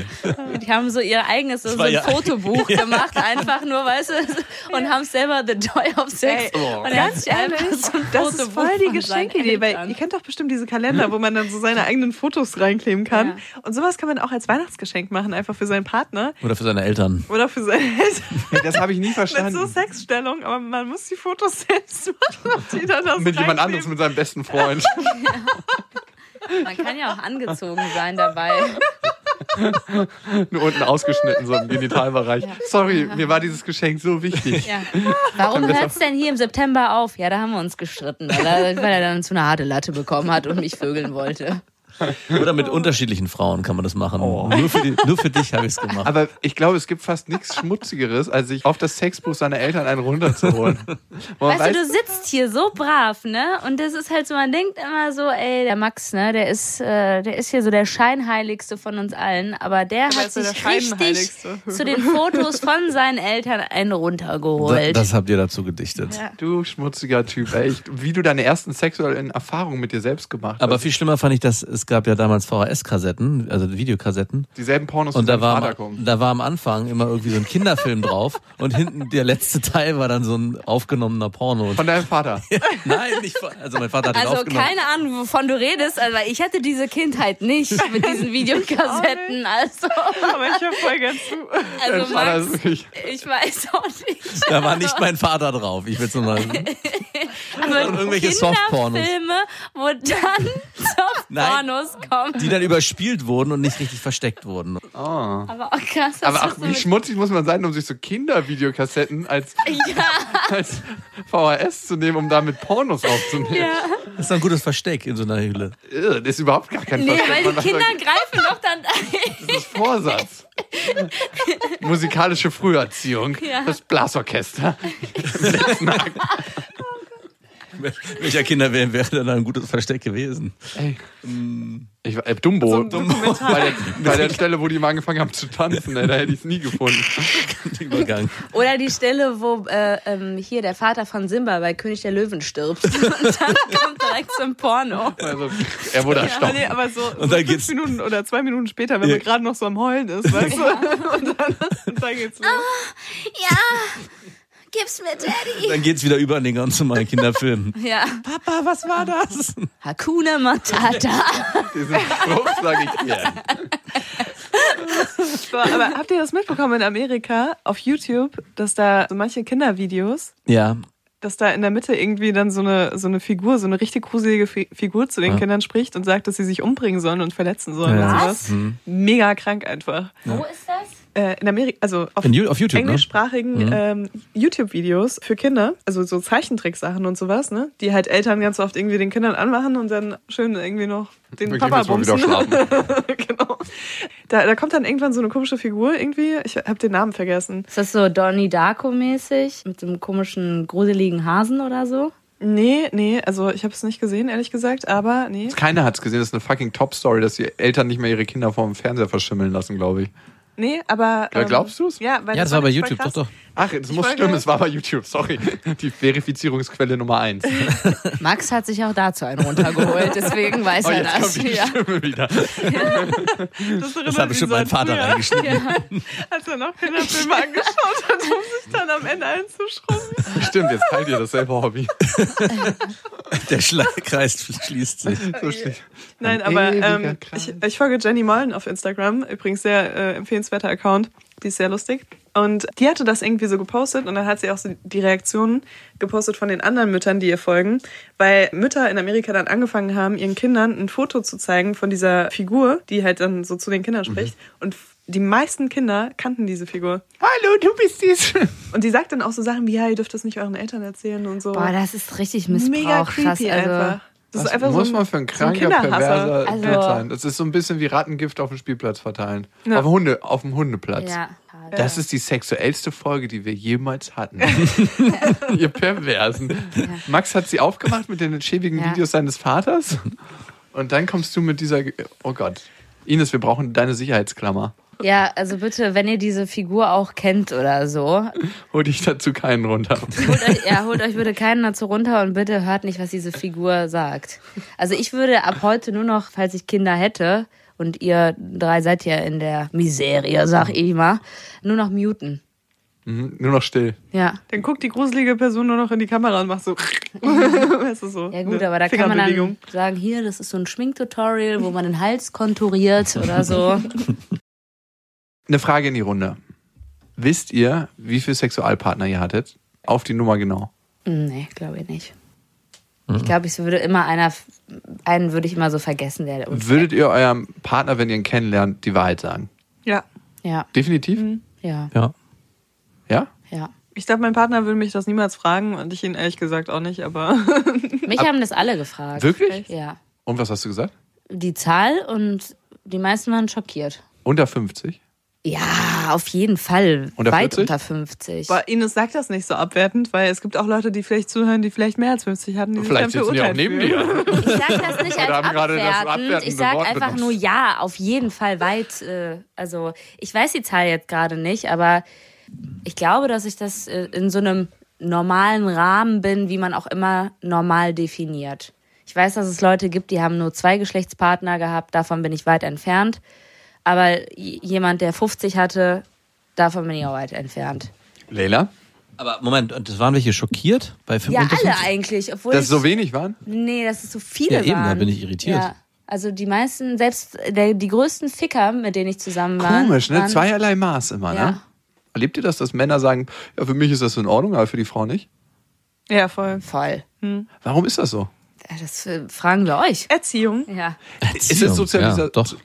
Speaker 5: Die haben so ihr eigenes so
Speaker 4: war
Speaker 5: ein
Speaker 4: ja-
Speaker 5: Fotobuch gemacht, einfach nur, weißt du, und haben selber The Joy of Sex.
Speaker 6: Ey,
Speaker 5: und er hat sich einfach so ein
Speaker 6: Das ist
Speaker 5: Fotobuch
Speaker 6: voll die
Speaker 5: von seinen
Speaker 6: Geschenkidee, weil
Speaker 5: Eltern.
Speaker 6: ihr kennt doch bestimmt diese Kalender, wo man dann so seine eigenen Fotos reinkleben kann. Und sowas kann man auch als Weihnachtsgeschenk machen, einfach für seinen Partner
Speaker 4: Oder für seine Eltern.
Speaker 6: oder für seine Eltern.
Speaker 3: Das habe ich nie
Speaker 6: Mit so
Speaker 3: verstanden.
Speaker 6: Sexstellung, aber man muss die Fotos selbst machen und die dann das
Speaker 3: Mit jemand anderem,
Speaker 6: reinkleben.
Speaker 3: mit seinem besten Freund.
Speaker 5: Man kann ja auch angezogen sein dabei.
Speaker 3: Nur unten ausgeschnitten, so im Genitalbereich. Sorry, mir war dieses Geschenk so wichtig.
Speaker 5: Ja. Warum hört es denn hier im September auf? Ja, da haben wir uns gestritten, weil er, weil er dann zu einer harte Latte bekommen hat und mich vögeln wollte.
Speaker 4: Oder mit unterschiedlichen Frauen kann man das machen. Nur, für die, nur für dich habe ich es gemacht.
Speaker 3: Aber ich glaube, es gibt fast nichts Schmutzigeres, als sich auf das Sexbuch seiner Eltern einen runterzuholen. Wo man
Speaker 5: Weißt du,
Speaker 3: weiß,
Speaker 5: du sitzt hier so brav, ne? Und das ist halt so, man denkt immer so, ey, der Max, ne, der ist, äh, der ist hier so der scheinheiligste von uns allen, aber der hat
Speaker 6: ist er
Speaker 5: sich
Speaker 6: der
Speaker 5: richtig
Speaker 6: Scheinheiligste?
Speaker 5: zu den Fotos von seinen Eltern einen
Speaker 4: Da,
Speaker 5: runtergeholt.
Speaker 4: das habt ihr dazu gedichtet.
Speaker 3: du schmutziger Typ, echt. Wie du deine ersten sexuellen Erfahrungen mit dir selbst gemacht hast.
Speaker 4: Aber viel schlimmer fand ich, dass es gab ja damals VHS-Kassetten, also Videokassetten.
Speaker 3: Dieselben Pornos,
Speaker 4: Und da
Speaker 3: deinem
Speaker 4: war,
Speaker 3: Vater
Speaker 4: am- da war am Anfang immer irgendwie so ein Kinderfilm drauf und hinten der letzte Teil war dann so ein aufgenommener Porno.
Speaker 3: Von deinem Vater.
Speaker 4: Nein, nicht von, also mein Vater hat den
Speaker 5: also
Speaker 4: aufgenommen.
Speaker 5: keine Ahnung, wovon du redest, aber ich hatte diese Kindheit nicht mit diesen Videokassetten. Also,
Speaker 6: Aber ich höre voll gern zu.
Speaker 5: also
Speaker 3: Vater ist
Speaker 5: Max,
Speaker 3: wirklich-
Speaker 5: ich weiß auch nicht.
Speaker 4: Da war nicht mein Vater drauf. Ich will nur mal.
Speaker 5: Aber
Speaker 4: Und irgendwelche Softpornos.
Speaker 5: Kinderfilme, wo dann
Speaker 4: Nein.
Speaker 5: Softpornos kommen.
Speaker 4: Die dann überspielt wurden und nicht richtig versteckt wurden.
Speaker 5: aber auch krass, dass
Speaker 3: Aber
Speaker 5: das
Speaker 3: ach,
Speaker 5: so
Speaker 3: wie
Speaker 5: mit
Speaker 3: schmutzig muss man sein, um sich so Kindervideokassetten als, als VHS zu nehmen, um damit Pornos aufzunehmen.
Speaker 4: Das ist ein gutes Versteck in so einer Höhle.
Speaker 3: Irr, Das ist überhaupt gar kein
Speaker 5: Nee,
Speaker 3: Versteck.
Speaker 5: weil
Speaker 3: Man
Speaker 5: die
Speaker 3: weiß
Speaker 5: Kinder
Speaker 3: doch,
Speaker 5: greifen doch dann ein.
Speaker 3: Das ist Vorsatz. Musikalische Früherziehung. Das Blasorchester.
Speaker 4: Welcher Kinder wäre wär denn ein gutes Versteck gewesen?
Speaker 3: Ey. Ich, war- äh, Dumbo.
Speaker 6: So ein
Speaker 3: Bei, der, bei der Stelle, wo die mal angefangen haben zu tanzen, ey, da hätte ich es nie gefunden.
Speaker 4: Übergang.
Speaker 5: Oder die Stelle, wo äh, ähm, hier der Vater von Simba bei König der Löwen stirbt. Und dann kommt direkt zum Porno.
Speaker 3: Also, er wurde
Speaker 6: Ja,
Speaker 3: erstaunt.
Speaker 6: nee, aber so, so
Speaker 4: dann geht's-
Speaker 6: fünf Minuten oder zwei Minuten später, wenn man gerade noch so am Heulen ist, weißt du? Und dann, und dann geht's los.
Speaker 5: Ja, gib's mir, Daddy.
Speaker 4: Dann geht's wieder über an den ganzen normalen Kinderfilmen.
Speaker 5: Ja.
Speaker 4: Papa, Ah, was war das?
Speaker 5: Hakuna Matata.
Speaker 3: Diesen Spruch sage ich dir.
Speaker 6: So, aber habt ihr das mitbekommen in Amerika auf YouTube, dass da so manche Kindervideos,
Speaker 4: Ja,
Speaker 6: dass da in der Mitte irgendwie dann so eine, so eine Figur, so eine richtig gruselige Fi Figur zu den
Speaker 4: Ja.
Speaker 6: Kindern spricht und sagt, dass sie sich umbringen sollen und verletzen sollen
Speaker 4: Ja. Mhm.
Speaker 6: und sowas. Mega krank einfach.
Speaker 5: Wo ist das?
Speaker 6: Äh, in Amerika, also auf,
Speaker 4: In Ju- auf YouTube, ne?
Speaker 6: englischsprachigen ähm, YouTube-Videos für Kinder, also so Zeichentricksachen und sowas, ne? Die halt Eltern ganz oft irgendwie den Kindern anmachen und dann schön irgendwie noch den
Speaker 3: Wir gehen
Speaker 6: Papa
Speaker 3: jetzt mal wieder
Speaker 6: bumsen.
Speaker 3: schlafen.
Speaker 6: genau. Da, da kommt dann irgendwann so eine komische Figur irgendwie. Ich habe den Namen vergessen.
Speaker 5: Ist das so Donnie Darko-mäßig? Mit so einem komischen, gruseligen Hasen oder so?
Speaker 6: Nee, nee, also ich habe es nicht gesehen, ehrlich gesagt, aber nee.
Speaker 3: Keiner hat es gesehen. Das ist eine fucking Top-Story, dass die Eltern nicht mehr ihre Kinder vor dem Fernseher verschimmeln lassen, glaube ich.
Speaker 6: Nee, aber. ähm,
Speaker 3: Ja, glaubst du's?
Speaker 6: Ja, weil
Speaker 4: ja das war bei
Speaker 6: nämlich voll
Speaker 4: YouTube, doch,
Speaker 6: krass.
Speaker 4: doch.
Speaker 3: Ach, das muss
Speaker 6: wollte-
Speaker 3: stimmen. Es war bei YouTube. Sorry. Die Verifizierungsquelle Nummer eins.
Speaker 5: Max hat sich auch dazu einen runtergeholt, deswegen weiß
Speaker 3: Oh,
Speaker 5: er
Speaker 3: jetzt
Speaker 5: das.
Speaker 3: kommt die
Speaker 5: Ja.
Speaker 3: Stimme wieder.
Speaker 6: Das,
Speaker 4: Das
Speaker 6: erinnert
Speaker 4: hat
Speaker 6: mich
Speaker 4: bestimmt
Speaker 6: so an
Speaker 4: mein Vater
Speaker 6: früher,
Speaker 4: reingeschnitten.
Speaker 6: Als er noch Kinderfilme angeschaut hat, um sich dann am Ende einzuschrumpfen.
Speaker 3: Stimmt, jetzt teilt ihr dasselbe Hobby.
Speaker 4: Der Schlagkreis schließt sich.
Speaker 3: So schlicht.
Speaker 6: Nein,
Speaker 3: Ein
Speaker 6: aber
Speaker 3: ewiger
Speaker 6: ähm,
Speaker 3: Kreis.
Speaker 6: ich, ich folge Jenny Mollen auf Instagram, übrigens sehr äh, empfehlenswerter Account, die ist sehr lustig. Und die hatte das irgendwie so gepostet und dann hat sie auch so die Reaktionen gepostet von den anderen Müttern, die ihr folgen, weil Mütter in Amerika dann angefangen haben, ihren Kindern ein Foto zu zeigen von dieser Figur, die halt dann so zu den
Speaker 3: Mhm.
Speaker 6: Kindern spricht. Und f- die meisten Kinder kannten diese Figur.
Speaker 3: Hallo, du bist dies.
Speaker 6: Und die sagt dann auch so Sachen wie, ja, ihr dürft das nicht euren Eltern erzählen und so.
Speaker 5: Boah, das ist richtig Missbrauch.
Speaker 6: Mega
Speaker 5: krass.
Speaker 6: creepy
Speaker 5: also,
Speaker 6: einfach. Das
Speaker 3: Das
Speaker 6: ist einfach
Speaker 3: muss
Speaker 6: so ein,
Speaker 3: man für einen
Speaker 6: so ein
Speaker 3: kranker,
Speaker 6: Kinderhasser.
Speaker 3: perverser
Speaker 5: Also-
Speaker 3: Typ sein. Das ist so ein bisschen wie Rattengift auf dem Spielplatz verteilen.
Speaker 6: Ja.
Speaker 3: Auf, dem Hunde, auf dem Hundeplatz.
Speaker 5: Ja.
Speaker 3: Das ist die sexuellste Folge, die wir jemals hatten. Ihr Perversen. Max hat sie aufgemacht mit den schäbigen
Speaker 5: Ja.
Speaker 3: Videos seines Vaters. Und dann kommst du mit dieser. Oh Gott. Ines, wir brauchen deine Sicherheitsklammer.
Speaker 5: Ja, also bitte, wenn ihr diese Figur auch kennt oder so,
Speaker 3: Hol dich dazu keinen runter.
Speaker 5: holt euch, ja, holt euch bitte keinen dazu runter und bitte hört nicht, was diese Figur sagt. Also ich würde ab heute nur noch, falls ich Kinder hätte und ihr drei seid ja in der Miserie, sag ich mal, nur noch muten.
Speaker 3: Mhm, Nur noch still.
Speaker 5: Ja.
Speaker 6: Dann guckt die gruselige Person nur noch in die Kamera und macht so. weißt du, so
Speaker 5: Ja gut,
Speaker 6: eine
Speaker 5: aber da kann man
Speaker 6: Fingerbewegung.
Speaker 5: dann sagen, hier, das ist so ein Schminktutorial, wo man den Hals konturiert oder so.
Speaker 3: Eine Frage in die Runde. Wisst ihr, wie viele Sexualpartner ihr hattet? Auf die Nummer genau.
Speaker 5: Nee, glaube ich nicht.
Speaker 3: Mhm.
Speaker 5: Ich glaube, ich würde immer einer, einen würde ich immer so vergessen, der
Speaker 3: Würdet ihr eurem Partner, wenn ihr ihn kennenlernt, die Wahrheit sagen?
Speaker 6: Ja.
Speaker 5: Ja,
Speaker 3: Definitiv?
Speaker 5: ja,
Speaker 4: Ja.
Speaker 3: Ja?
Speaker 5: ja.
Speaker 6: Ich glaube, mein Partner würde mich das niemals fragen und ich ihn ehrlich gesagt auch nicht, aber
Speaker 5: Mich haben das alle gefragt.
Speaker 3: Wirklich?
Speaker 5: Ja.
Speaker 3: Und was hast du gesagt?
Speaker 5: Die Zahl und die meisten waren schockiert.
Speaker 3: Unter 50?
Speaker 5: Ja, auf jeden Fall.
Speaker 3: Unter
Speaker 5: Weit
Speaker 3: 40?
Speaker 5: unter 50.
Speaker 6: Boah, Ines sagt das nicht so abwertend, weil es gibt auch Leute, die vielleicht zuhören, die vielleicht mehr als 50 hatten, die
Speaker 3: Vielleicht
Speaker 6: sich dann
Speaker 3: sitzen die auch
Speaker 6: verurteilt
Speaker 3: neben
Speaker 6: fühlen.
Speaker 3: dir.
Speaker 5: Ich sag das nicht als
Speaker 3: Oder haben gerade das
Speaker 5: abwertend.
Speaker 3: abwertende
Speaker 5: Ich sag
Speaker 3: Wort
Speaker 5: einfach
Speaker 3: benutzt.
Speaker 5: nur ja, auf jeden Fall weit. Äh, also ich weiß die Zahl jetzt gerade nicht, aber ich glaube, dass ich das äh, in so einem normalen Rahmen bin, wie man auch immer normal definiert. Ich weiß, dass es Leute gibt, die haben nur zwei Geschlechtspartner gehabt, davon bin ich weit entfernt. Aber j- jemand, der 50 hatte, davon bin ich auch weit entfernt.
Speaker 3: Leila?
Speaker 4: Aber Moment, und das waren welche schockiert? Bei fünf-
Speaker 5: Ja,
Speaker 4: unter
Speaker 5: alle
Speaker 4: 50?
Speaker 5: eigentlich, obwohl
Speaker 3: Dass es
Speaker 5: ich-
Speaker 3: so wenig waren?
Speaker 5: Nee, dass es so viele
Speaker 4: Ja, eben, da
Speaker 5: waren.
Speaker 4: bin ich irritiert.
Speaker 5: Also die meisten, selbst der, die größten Ficker, mit denen ich zusammen war.
Speaker 3: Komisch, ne?
Speaker 5: waren,
Speaker 3: Zweierlei Maß immer, ne?
Speaker 5: Ja.
Speaker 3: Erlebt ihr das, dass Männer sagen, ja, für mich ist das in Ordnung, aber für die Frau nicht?
Speaker 6: Ja, voll.
Speaker 5: Voll.
Speaker 3: Warum ist das so?
Speaker 5: Ja, Das äh, fragen wir euch.
Speaker 6: Erziehung.
Speaker 5: Ja.
Speaker 3: Ist es Sozialisa-
Speaker 4: Ja, doch.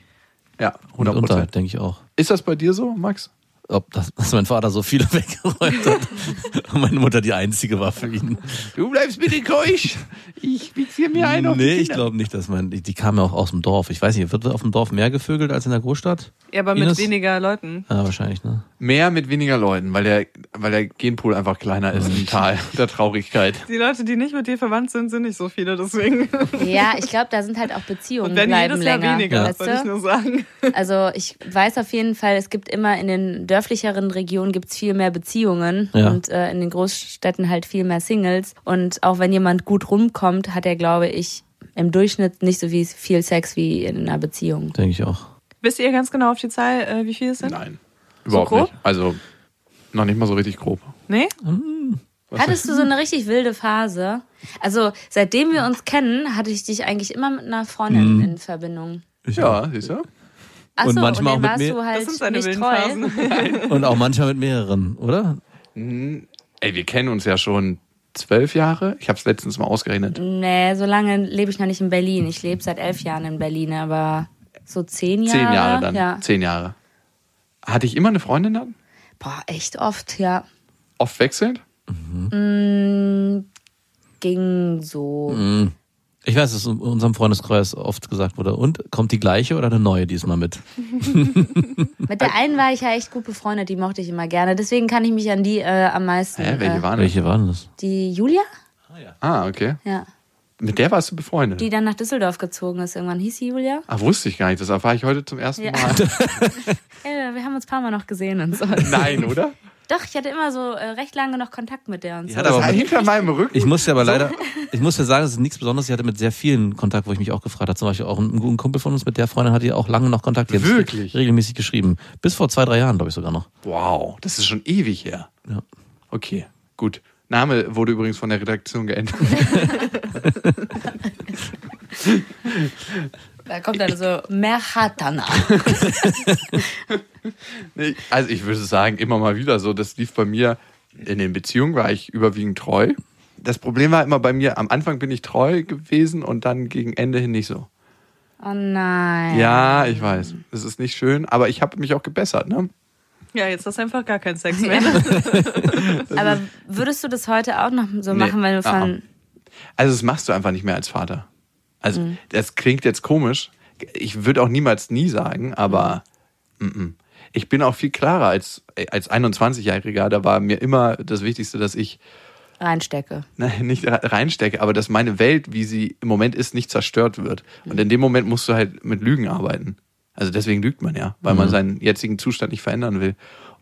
Speaker 3: Ja,
Speaker 4: Und
Speaker 3: 100
Speaker 4: unter,
Speaker 3: Prozent.
Speaker 4: denke ich auch.
Speaker 3: Ist das bei dir so, Max?
Speaker 4: Ob das, dass mein Vater so viele weggeräumt hat und meine Mutter die einzige war für ihn.
Speaker 3: Du bleibst bitte keusch. Ich fixiere mir einen auf die
Speaker 4: nee, ich
Speaker 3: Kinder.
Speaker 4: glaube nicht, dass man. Die, die kam ja auch aus dem Dorf. Ich weiß nicht, wird auf dem Dorf mehr gevögelt als in der Großstadt?
Speaker 6: Ja, aber mit
Speaker 4: Ines?
Speaker 6: weniger Leuten.
Speaker 4: Ja, wahrscheinlich, ne?
Speaker 3: Mehr mit weniger Leuten, weil der, weil der Genpool einfach kleiner ist im Tal der Traurigkeit.
Speaker 6: Die Leute, die nicht mit dir verwandt sind, sind nicht so viele, deswegen.
Speaker 5: Ja, ich glaube, da sind halt auch Beziehungen
Speaker 6: Und werden
Speaker 5: bleiben
Speaker 6: jedes Jahr
Speaker 5: länger.
Speaker 6: weniger,
Speaker 5: Weißt
Speaker 6: wollte ich
Speaker 5: du?
Speaker 6: nur sagen.
Speaker 5: Also ich weiß auf jeden Fall, es gibt immer in den dörflicheren Regionen gibt's viel mehr Beziehungen
Speaker 4: Ja.
Speaker 5: und äh, in den Großstädten halt viel mehr Singles. Und auch wenn jemand gut rumkommt, hat er, glaube ich, im Durchschnitt nicht so wie- viel Sex wie in einer Beziehung.
Speaker 4: Denke ich auch.
Speaker 6: Wisst ihr ganz genau auf die Zahl, äh, wie viele es sind?
Speaker 3: Nein. Überhaupt
Speaker 6: grob?
Speaker 3: nicht. Also, noch nicht mal so richtig grob.
Speaker 6: Nee?
Speaker 5: Hattest du so eine richtig wilde Phase? Also, seitdem wir uns kennen, hatte ich dich eigentlich immer mit einer Freundin in Verbindung.
Speaker 3: ja, siehst du?
Speaker 5: Ach
Speaker 4: Und
Speaker 5: so,
Speaker 4: manchmal
Speaker 5: und dann
Speaker 4: auch mit mir.
Speaker 5: warst du
Speaker 6: Das sind
Speaker 5: halt
Speaker 6: seine
Speaker 5: nicht
Speaker 6: wilden
Speaker 5: treu.
Speaker 6: Phasen.
Speaker 4: Und auch manchmal mit mehreren, oder?
Speaker 3: Ey, wir kennen uns ja schon zwölf Jahre. Ich habe es letztens mal ausgerechnet.
Speaker 5: Nee, so lange lebe ich noch nicht in Berlin. Ich lebe seit elf Jahren in Berlin, aber so zehn Jahre.
Speaker 3: Zehn Jahre dann.
Speaker 5: Ja.
Speaker 3: Zehn Jahre. Hatte ich immer eine Freundin dann?
Speaker 5: Boah, echt oft, ja.
Speaker 3: Oft wechselnd?
Speaker 5: Ging so.
Speaker 4: Ich weiß, dass in unserem Freundeskreis oft gesagt wurde, und kommt die gleiche oder eine neue diesmal mit?
Speaker 5: Mit der einen war ich ja echt gut befreundet, die mochte ich immer gerne. Deswegen kann ich mich an die äh, am meisten.
Speaker 3: Hä, welche
Speaker 5: äh,
Speaker 3: waren das?
Speaker 4: Welche waren das?
Speaker 5: Die Julia?
Speaker 3: Ah, okay.
Speaker 5: Ja.
Speaker 3: Mit der warst du befreundet?
Speaker 5: Die dann nach Düsseldorf gezogen ist. Irgendwann hieß sie Julia.
Speaker 3: Ah, wusste ich gar nicht. Das erfahre ich heute zum ersten
Speaker 5: Ja.
Speaker 3: Mal.
Speaker 5: Ey, wir haben uns ein paar Mal noch gesehen und so.
Speaker 3: Nein, oder?
Speaker 5: Doch, ich hatte immer so äh, recht lange noch Kontakt mit der und so.
Speaker 4: hat aber-
Speaker 3: hinter meinem Rücken.
Speaker 4: Ich muss ja aber leider, ich muss ja sagen, es ist nichts Besonderes. Ich hatte mit sehr vielen Kontakt, wo ich mich auch gefragt habe. Zum Beispiel auch einen guten Kumpel von uns, mit der Freundin hatte ich auch lange noch Kontakt. Die hat sich
Speaker 3: Wirklich?
Speaker 4: Regelmäßig geschrieben. Bis vor zwei, drei Jahren, glaube ich sogar noch.
Speaker 3: Wow, das ist schon ewig her.
Speaker 4: Ja.
Speaker 3: Okay, gut. Name wurde übrigens von der Redaktion geändert.
Speaker 5: Da kommt dann so Merhatana.
Speaker 3: Nee, Also ich würde sagen, immer mal wieder so. Das lief bei mir in den Beziehungen, war ich überwiegend treu. Das Problem war immer bei mir, am Anfang bin ich treu gewesen und dann gegen Ende hin nicht so.
Speaker 5: Oh nein.
Speaker 3: Ja, ich weiß. Das ist nicht schön, aber ich habe mich auch gebessert, ne?
Speaker 6: Ja, jetzt hast du einfach gar keinen Sex mehr.
Speaker 5: Aber würdest du das heute auch noch so
Speaker 3: Nee,
Speaker 5: machen, wenn du
Speaker 3: ah,
Speaker 5: von.
Speaker 3: Also das machst du einfach nicht mehr als Vater. Also das klingt jetzt komisch. Ich würde auch niemals nie sagen, aber mhm. ich bin auch viel klarer als, äh, als 21-Jähriger. Da war mir immer das Wichtigste, dass ich
Speaker 5: reinstecke.
Speaker 3: ne, nicht re- reinstecke, aber dass meine Welt, wie sie im Moment ist, nicht zerstört wird. Und in dem Moment musst du halt mit Lügen arbeiten. Also deswegen lügt man ja, weil man seinen jetzigen Zustand nicht verändern will.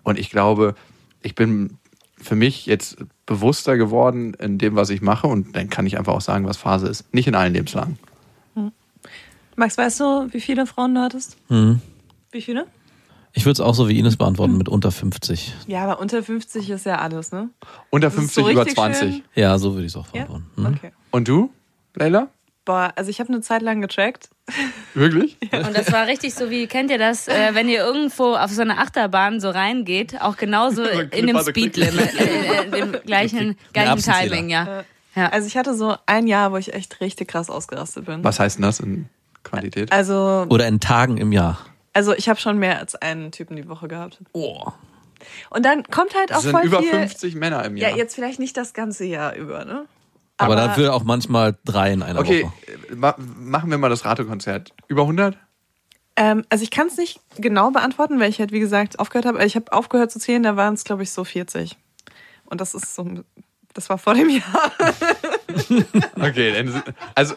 Speaker 3: Und ich glaube, ich bin für mich jetzt bewusster geworden in dem, was ich mache. Und dann kann ich einfach auch sagen, was Phase ist. Nicht in allen Lebenslagen.
Speaker 6: Max, weißt du, wie viele Frauen du hattest?
Speaker 4: Mhm.
Speaker 6: Wie viele?
Speaker 4: Ich würde es auch so wie
Speaker 6: Mhm.
Speaker 4: Ines beantworten, mit unter 50.
Speaker 6: Ja, aber unter 50 ist ja alles, ne?
Speaker 3: Unter
Speaker 6: Das ist
Speaker 3: 50
Speaker 6: so
Speaker 3: über
Speaker 6: richtig
Speaker 3: 20.
Speaker 6: schön.
Speaker 4: Ja, so würde ich es auch
Speaker 6: Ja?
Speaker 4: beantworten. Mhm.
Speaker 6: Okay.
Speaker 3: Und du, Leila?
Speaker 6: Boah, also ich habe eine Zeit lang getrackt.
Speaker 3: Wirklich?
Speaker 5: Und das war richtig so wie, kennt ihr das, äh, wenn ihr irgendwo auf so eine Achterbahn so reingeht, auch genauso
Speaker 3: klick,
Speaker 5: in dem
Speaker 3: also klick, klick,
Speaker 5: Speedlimit, äh, in dem gleichen, gleichen
Speaker 4: Erbsenzähler.
Speaker 5: Timing, ja.
Speaker 6: Also ich hatte so ein Jahr, wo ich echt richtig krass ausgerastet bin.
Speaker 3: Was heißt denn das in Quantität?
Speaker 4: Oh.
Speaker 6: Also
Speaker 4: Oder in Tagen im Jahr.
Speaker 6: Also ich habe schon mehr als einen Typen die Woche gehabt.
Speaker 4: Oh.
Speaker 6: Und dann kommt halt auch
Speaker 3: Das sind
Speaker 6: voll
Speaker 3: über
Speaker 6: viel.
Speaker 3: 50 Männer im
Speaker 6: ja.
Speaker 3: Jahr.
Speaker 6: jetzt vielleicht nicht das ganze Jahr über, ne?
Speaker 4: Aber, dafür auch manchmal drei in einer
Speaker 3: okay,
Speaker 4: Woche.
Speaker 3: äh, ma machen wir mal das Ratekonzert. Über 100?
Speaker 6: Ähm, also ich kann es nicht genau beantworten, weil ich halt, wie gesagt, aufgehört habe. Ich habe aufgehört zu zählen, da waren es, glaube ich, so 40. Und das ist so, ein- das war vor dem Jahr.
Speaker 3: Okay, dann sind- also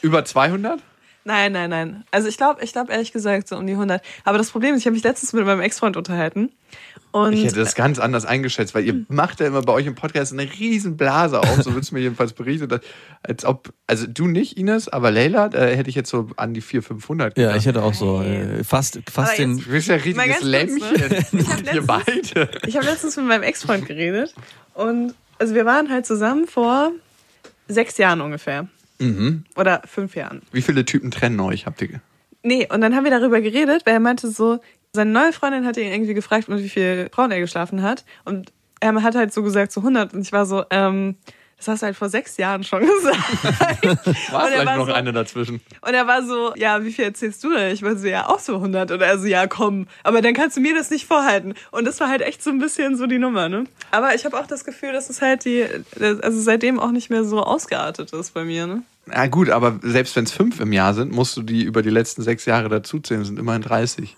Speaker 3: über 200?
Speaker 6: Nein, nein, nein. Also ich glaube, ich glaube ehrlich gesagt so um die 100. Aber das Problem ist, ich habe mich letztens mit meinem Ex-Freund unterhalten. Und
Speaker 3: Ich hätte das ganz anders eingeschätzt, weil
Speaker 6: Hm.
Speaker 3: ihr macht ja immer bei euch im Podcast eine riesen Blase auf, so wird es mir jedenfalls berichtet. dass- Als ob, also du nicht, Ines, aber Leila, da hätte ich jetzt so an die 400, 500
Speaker 4: Ja, ich hätte auch so äh, fast, fast
Speaker 6: Aber jetzt-
Speaker 4: den.
Speaker 3: Du bist ja ein
Speaker 6: Mal
Speaker 3: riesiges
Speaker 6: ganz kurz, ne?
Speaker 3: Lämmchen.
Speaker 6: Ich hab
Speaker 3: Ihr
Speaker 6: letztens-
Speaker 3: beide.
Speaker 6: Ich habe letztens mit meinem Ex-Freund geredet und also wir waren halt zusammen vor sechs Jahren ungefähr.
Speaker 3: Mhm.
Speaker 6: Oder fünf Jahren.
Speaker 3: Wie viele Typen trennen euch, habt
Speaker 6: Oh,
Speaker 3: ihr?
Speaker 6: Nee, und dann haben wir darüber geredet, weil er meinte so, seine neue Freundin hatte ihn irgendwie gefragt, mit wie viel Frauen er geschlafen hat. Und er hat halt so gesagt, so 100. Und ich war so, ähm, das hast du halt vor sechs Jahren schon gesagt.
Speaker 3: War
Speaker 6: Und er
Speaker 3: vielleicht
Speaker 6: war
Speaker 3: noch
Speaker 6: so-
Speaker 3: eine dazwischen.
Speaker 6: Und er war so, ja, wie viel erzählst du denn? Ich war so, ja, auch so 100. Und er so, ja, komm, aber dann kannst du mir das nicht vorhalten. Und das war halt echt so ein bisschen so die Nummer, ne? Aber ich habe auch das Gefühl, dass es halt die, also seitdem auch nicht mehr so ausgeartet ist bei mir, ne?
Speaker 3: Na gut, aber selbst wenn es fünf im Jahr sind, musst du die über die letzten sechs Jahre dazuzählen, das sind immerhin 30.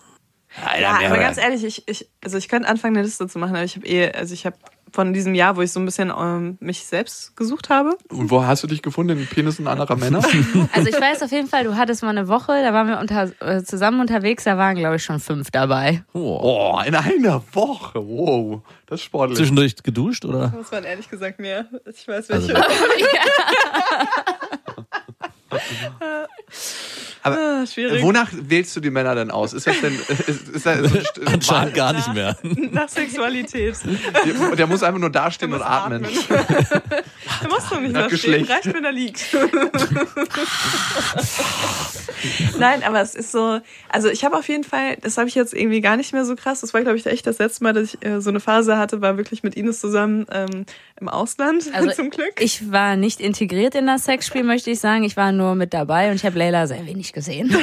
Speaker 6: Ja, aber ganz ehrlich, ich, ich, also ich könnte anfangen, eine Liste zu machen, aber ich habe eh, also ich habe von diesem Jahr, wo ich so ein bisschen ähm, mich selbst gesucht habe.
Speaker 3: Und wo hast du dich gefunden? In den Penissen anderer Männer?
Speaker 5: Also ich weiß auf jeden Fall, du hattest mal eine Woche, da waren wir unter, äh, zusammen unterwegs, da waren glaube ich schon fünf dabei.
Speaker 4: Oh.
Speaker 3: oh, in einer Woche. Wow, das ist sportlich.
Speaker 4: Zwischendurch geduscht oder?
Speaker 6: Das waren ehrlich gesagt mehr. Ich weiß
Speaker 4: Also,
Speaker 6: welche.
Speaker 3: aber äh,
Speaker 6: Ah, schwierig.
Speaker 3: wonach wählst du die Männer denn aus? Ist das denn ist, ist das so ein-
Speaker 4: anscheinend gar nicht mehr.
Speaker 6: Nach Sexualität.
Speaker 3: Der, der muss einfach nur dastehen und
Speaker 6: muss
Speaker 3: atmen.
Speaker 6: Da musst du nicht
Speaker 3: Nach
Speaker 6: nach stehen,
Speaker 3: Geschlecht.
Speaker 6: reicht, wenn er liegt. Nein, aber es ist so, also ich habe auf jeden Fall, das habe ich jetzt irgendwie gar nicht mehr so krass. Das war, glaube ich, echt das letzte Mal, dass ich äh, so eine Phase hatte, war wirklich mit Ines zusammen ähm, im Ausland,
Speaker 5: Also
Speaker 6: zum Glück.
Speaker 5: Ich war nicht integriert in das Sexspiel, möchte ich sagen. Ich war nur mit dabei und ich habe Leila sehr wenig gesehen.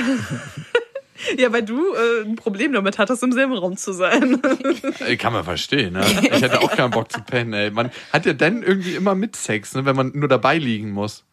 Speaker 6: ja, weil du äh, ein Problem damit hattest, im selben Raum zu sein.
Speaker 3: Ey, Kann man verstehen, ne? Ich hätte auch keinen Bock zu pennen, ey. Man hat ja dann irgendwie immer mit Sex, ne? wenn man nur dabei liegen muss.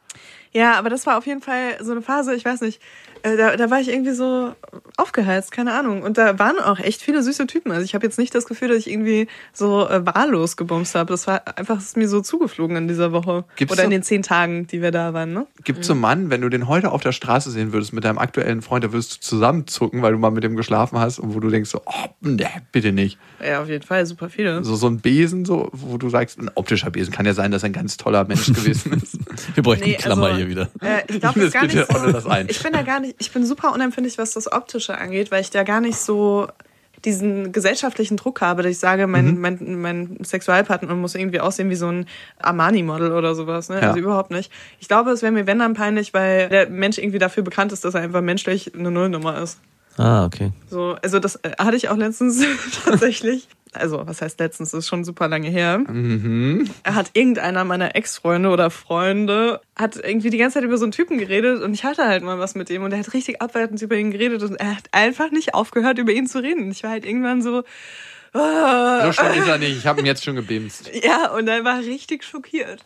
Speaker 6: ja, aber das war auf jeden Fall so eine Phase, ich weiß nicht, äh, da, da war ich irgendwie so aufgeheizt, keine Ahnung. Und da waren auch echt viele süße Typen. Also ich habe jetzt nicht das Gefühl, dass ich irgendwie so äh, wahllos gebumst habe. Das war einfach das ist mir so zugeflogen in dieser Woche.
Speaker 3: Gibt's
Speaker 6: Oder in
Speaker 3: so-
Speaker 6: den zehn Tagen, die wir da waren, ne?
Speaker 3: Gibt so einen Mann, wenn du den heute auf der Straße sehen würdest mit deinem aktuellen Freund, da würdest du zusammenzucken, weil du mal mit dem geschlafen hast und wo du denkst so, oh, nee, bitte nicht.
Speaker 6: Ja, auf jeden Fall, super viele.
Speaker 3: So, so ein Besen, so, wo du sagst, ein optischer Besen kann ja sein, dass er ein ganz toller Mensch gewesen ist.
Speaker 4: Wir bräuchten
Speaker 6: Nee,
Speaker 4: einen Klammer
Speaker 6: also,
Speaker 4: hier wieder.
Speaker 6: Äh, ich glaube,
Speaker 3: Das
Speaker 6: das gar
Speaker 3: geht ja
Speaker 6: nicht so,
Speaker 3: auch nur das ein.
Speaker 6: Ich bin da gar nicht, ich bin super unempfindlich, was das Optische angeht, weil ich da gar nicht so diesen gesellschaftlichen Druck habe, dass ich sage, mein,
Speaker 3: Mhm.
Speaker 6: mein, mein Sexualpartner muss irgendwie aussehen wie so ein Armani-Model oder sowas. Ne?
Speaker 3: Ja.
Speaker 6: Also überhaupt nicht. Ich glaube, es wäre mir wenn dann peinlich, weil der Mensch irgendwie dafür bekannt ist, dass er einfach menschlich eine Nullnummer ist.
Speaker 4: Ah, okay.
Speaker 6: So, also das äh, hatte ich auch letztens tatsächlich. Also, was heißt letztens? Das ist schon super lange her. Er hat irgendeiner meiner Ex-Freunde oder Freunde hat irgendwie die ganze Zeit über so einen Typen geredet und ich hatte halt mal was mit ihm und er hat richtig abwertend über ihn geredet und er hat einfach nicht aufgehört, über ihn zu reden. Ich war halt irgendwann so,
Speaker 3: So schlimm ist er nicht, ich habe ihn jetzt schon gebimst.
Speaker 6: ja, und er war richtig schockiert.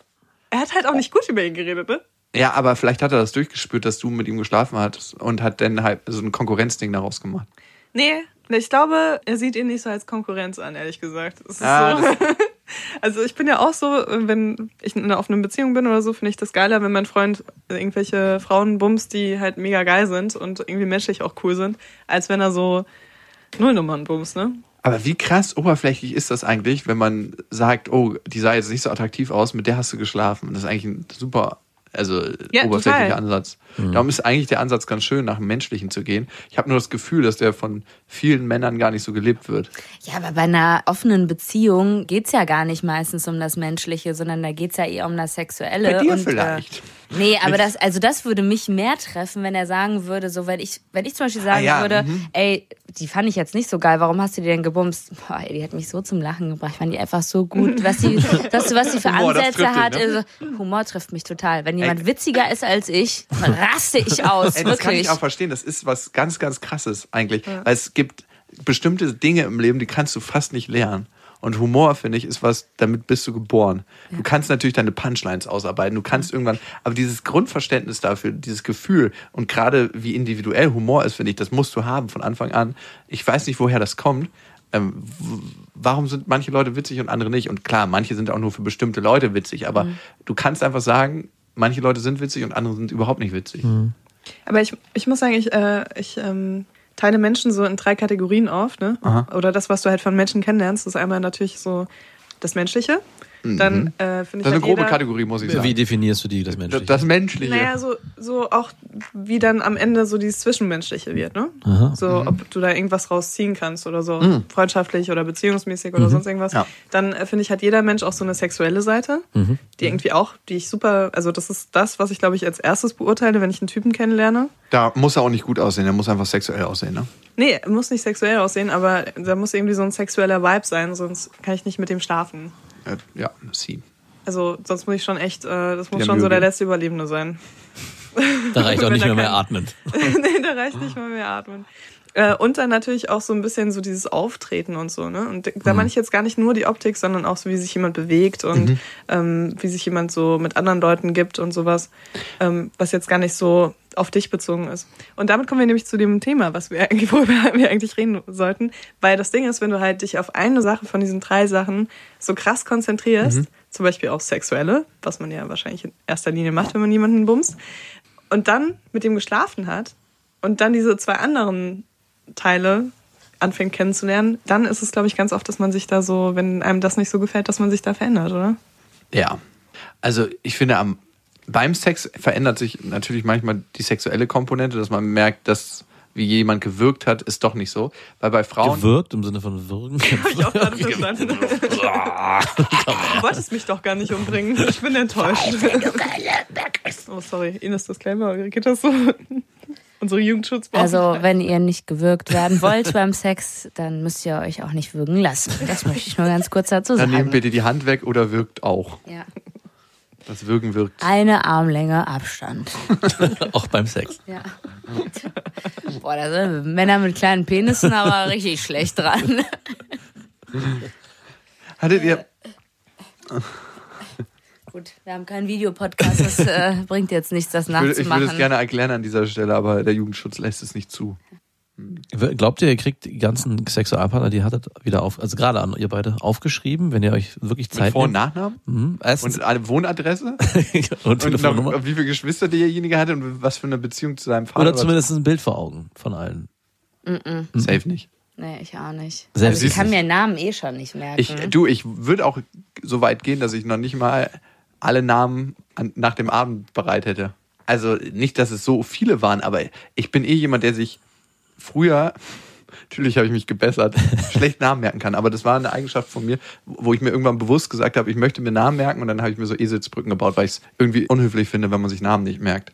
Speaker 6: Er hat halt auch nicht gut über ihn geredet, ne?
Speaker 3: Ja, aber vielleicht hat er das durchgespürt, dass du mit ihm geschlafen hattest und hat dann halt so ein Konkurrenzding daraus gemacht.
Speaker 6: Nee, ich glaube, er sieht ihn nicht so als Konkurrenz an, ehrlich gesagt. Es ist
Speaker 3: Ah,
Speaker 6: so. Also ich bin ja auch so, wenn ich in einer offenen Beziehung bin oder so, finde ich das geiler, wenn mein Freund irgendwelche Frauen bumst, die halt mega geil sind und irgendwie menschlich auch cool sind, als wenn er so Nullnummern bumst, ne?
Speaker 3: Aber wie krass oberflächlich ist das eigentlich, wenn man sagt, oh, die sah jetzt nicht so attraktiv aus, mit der hast du geschlafen. Das ist eigentlich ein super, also
Speaker 6: Ja,
Speaker 3: oberflächlicher
Speaker 6: total.
Speaker 3: Ansatz. Darum ist eigentlich der Ansatz ganz schön, nach dem Menschlichen zu gehen. Ich habe nur das Gefühl, dass der von vielen Männern gar nicht so gelebt wird.
Speaker 5: Ja, aber bei einer offenen Beziehung geht's ja gar nicht meistens um das Menschliche, sondern da geht's ja eher um das Sexuelle.
Speaker 3: Bei dir
Speaker 5: und,
Speaker 3: vielleicht.
Speaker 5: Äh, nee, aber
Speaker 3: Nicht-
Speaker 5: das, also das würde mich mehr treffen, wenn er sagen würde, so wenn ich, wenn ich zum Beispiel sagen
Speaker 3: Ah, ja,
Speaker 5: würde,
Speaker 3: mhm.
Speaker 5: ey, die fand ich jetzt nicht so geil, warum hast du die denn gebumst? Boah, ey, die hat mich so zum Lachen gebracht, ich fand die einfach so gut, was sie, dass du, was sie für
Speaker 3: Humor, das trifft
Speaker 5: Ansätze
Speaker 3: dich,
Speaker 5: hat.
Speaker 3: ne?
Speaker 5: also, Humor trifft mich total. Wenn jemand witziger ist als ich, dann raste ich aus.
Speaker 3: Ey, das kann
Speaker 5: wirklich.
Speaker 3: ich auch verstehen. Das ist was ganz, ganz krasses eigentlich. Weil es gibt bestimmte Dinge im Leben, die kannst du fast nicht lernen. Und Humor, finde ich, ist was, damit bist du geboren. Du kannst natürlich deine Punchlines ausarbeiten, du kannst irgendwann, aber dieses Grundverständnis dafür, dieses Gefühl und gerade wie individuell Humor ist, finde ich, das musst du haben von Anfang an. Ich weiß nicht, woher das kommt. Ähm, w- warum sind manche Leute witzig und andere nicht? Und klar, manche sind auch nur für bestimmte Leute witzig, aber du kannst einfach sagen, manche Leute sind witzig und andere sind überhaupt nicht witzig.
Speaker 6: Aber ich, ich muss sagen, ich, äh, ich ähm, teile Menschen so in drei Kategorien auf, ne? Oder das, was du halt von Menschen kennenlernst, ist einmal natürlich so das Menschliche. Dann
Speaker 3: Mhm.
Speaker 6: äh, finde ich
Speaker 3: Das ist eine
Speaker 6: halt
Speaker 3: grobe
Speaker 6: jeder,
Speaker 3: Kategorie, muss ich sagen.
Speaker 4: Wie definierst du die, das
Speaker 3: das,
Speaker 4: Menschliche?
Speaker 3: das Menschliche.
Speaker 6: Naja, so, so auch wie dann am Ende so dieses Zwischenmenschliche wird, ne? So, ob du da irgendwas rausziehen kannst oder so, freundschaftlich oder beziehungsmäßig oder sonst irgendwas.
Speaker 3: Mhm. Ja. Mhm.
Speaker 6: Dann äh, finde ich, hat jeder Mensch auch so eine sexuelle Seite, die irgendwie auch, die ich super, also das ist das, was ich glaube ich als erstes beurteile, wenn ich einen Typen kennenlerne.
Speaker 3: da muss er auch nicht gut aussehen, er muss einfach sexuell aussehen. Ne?
Speaker 6: Nee, muss nicht sexuell aussehen, aber da muss irgendwie so ein sexueller Vibe sein, sonst kann ich nicht mit dem schlafen.
Speaker 3: Äh, Ja, sie.
Speaker 6: Also sonst muss ich schon echt, äh, das muss
Speaker 3: Ja,
Speaker 6: schon so
Speaker 3: Mühe
Speaker 6: der
Speaker 3: geben.
Speaker 6: letzte Überlebende sein.
Speaker 4: da reicht auch
Speaker 6: wenn
Speaker 4: nicht
Speaker 6: da
Speaker 4: mehr mehr
Speaker 6: kein-
Speaker 4: atmen.
Speaker 6: nee, da reicht nicht mal mehr atmen. Äh, und dann natürlich auch so ein bisschen so dieses Auftreten und so, ne? Und da meine ich jetzt gar nicht nur die Optik, sondern auch so, wie sich jemand bewegt und ähm, wie sich jemand so mit anderen Leuten gibt und sowas, ähm, was jetzt gar nicht so auf dich bezogen ist. Und damit kommen wir nämlich zu dem Thema, was wir eigentlich, worüber wir eigentlich reden sollten. Weil das Ding ist, wenn du halt dich auf eine Sache von diesen drei Sachen so krass konzentrierst, zum Beispiel auf sexuelle, was man ja wahrscheinlich in erster Linie macht, wenn man jemanden bumst, und dann mit dem geschlafen hat und dann diese zwei anderen Teile anfängt kennenzulernen, dann ist es, glaube ich, ganz oft, dass man sich da so, wenn einem das nicht so gefällt, dass man sich da verändert, oder?
Speaker 3: Ja. Also ich finde, am, beim Sex verändert sich natürlich manchmal die sexuelle Komponente, dass man merkt, dass wie jemand gewirkt hat, ist doch nicht so. Weil bei Frauen.
Speaker 4: Gewirkt im Sinne von würgen.
Speaker 6: Hab ich auch gerade verstanden. du Ah, wolltest mich doch gar nicht umbringen. Ich bin enttäuscht. oh, sorry. Ines Disclaimer, geht das so? Unsere Jugendschutzbeauftragte.
Speaker 5: Also, wenn ihr nicht gewürgt werden wollt beim Sex, dann müsst ihr euch auch nicht würgen lassen. Das möchte ich nur ganz kurz dazu
Speaker 3: dann nehmt
Speaker 5: sagen.
Speaker 3: bitte die Hand weg oder wirkt auch.
Speaker 5: Ja.
Speaker 3: Das Wirken wirkt.
Speaker 5: Eine Armlänge Abstand.
Speaker 4: auch beim Sex.
Speaker 5: Ja. Boah, da sind Männer mit kleinen Penissen aber richtig schlecht dran.
Speaker 6: Ah,
Speaker 3: Hattet
Speaker 6: äh,
Speaker 3: ihr.
Speaker 5: Gut, wir haben keinen Videopodcast, das äh, bringt jetzt nichts, das
Speaker 3: Ich würde, ich würde
Speaker 5: nachzumachen.
Speaker 3: es gerne erklären an dieser Stelle, aber der Jugendschutz lässt es nicht zu.
Speaker 4: Glaubt ihr, ihr kriegt die ganzen Sexualpartner, die ihr hattet, wieder auf, also gerade an ihr beide aufgeschrieben, wenn ihr euch wirklich
Speaker 3: Mit
Speaker 4: Zeit
Speaker 3: Vor- und
Speaker 4: nehmt?
Speaker 3: Nachnamen?
Speaker 4: Mhm. Erstens,
Speaker 3: Und eine Wohnadresse?
Speaker 4: und,
Speaker 3: und
Speaker 4: Telefonnummer.
Speaker 3: noch, wie viele Geschwister derjenige hatte und was für eine Beziehung zu seinem Vater?
Speaker 4: Oder
Speaker 3: zu-
Speaker 4: zumindest ein Bild vor Augen von allen.
Speaker 3: Safe nicht.
Speaker 5: Nee, ich auch nicht.
Speaker 4: Selbst
Speaker 5: also ich
Speaker 4: süß
Speaker 5: kann
Speaker 4: nicht.
Speaker 5: mir Namen eh schon nicht
Speaker 4: Äh.
Speaker 5: merken.
Speaker 3: Ich, genau du, ich würde auch so weit gehen, dass ich noch nicht mal alle Namen an, nach dem Abend bereit hätte. Also nicht, dass es so viele waren, aber ich bin eh jemand, der sich früher, natürlich habe ich mich gebessert, schlecht Namen merken kann. Aber das war eine Eigenschaft von mir, wo ich mir irgendwann bewusst gesagt habe, ich möchte mir Namen merken und dann habe ich mir so Eselsbrücken gebaut, weil ich es irgendwie unhöflich finde, wenn man sich Namen nicht merkt.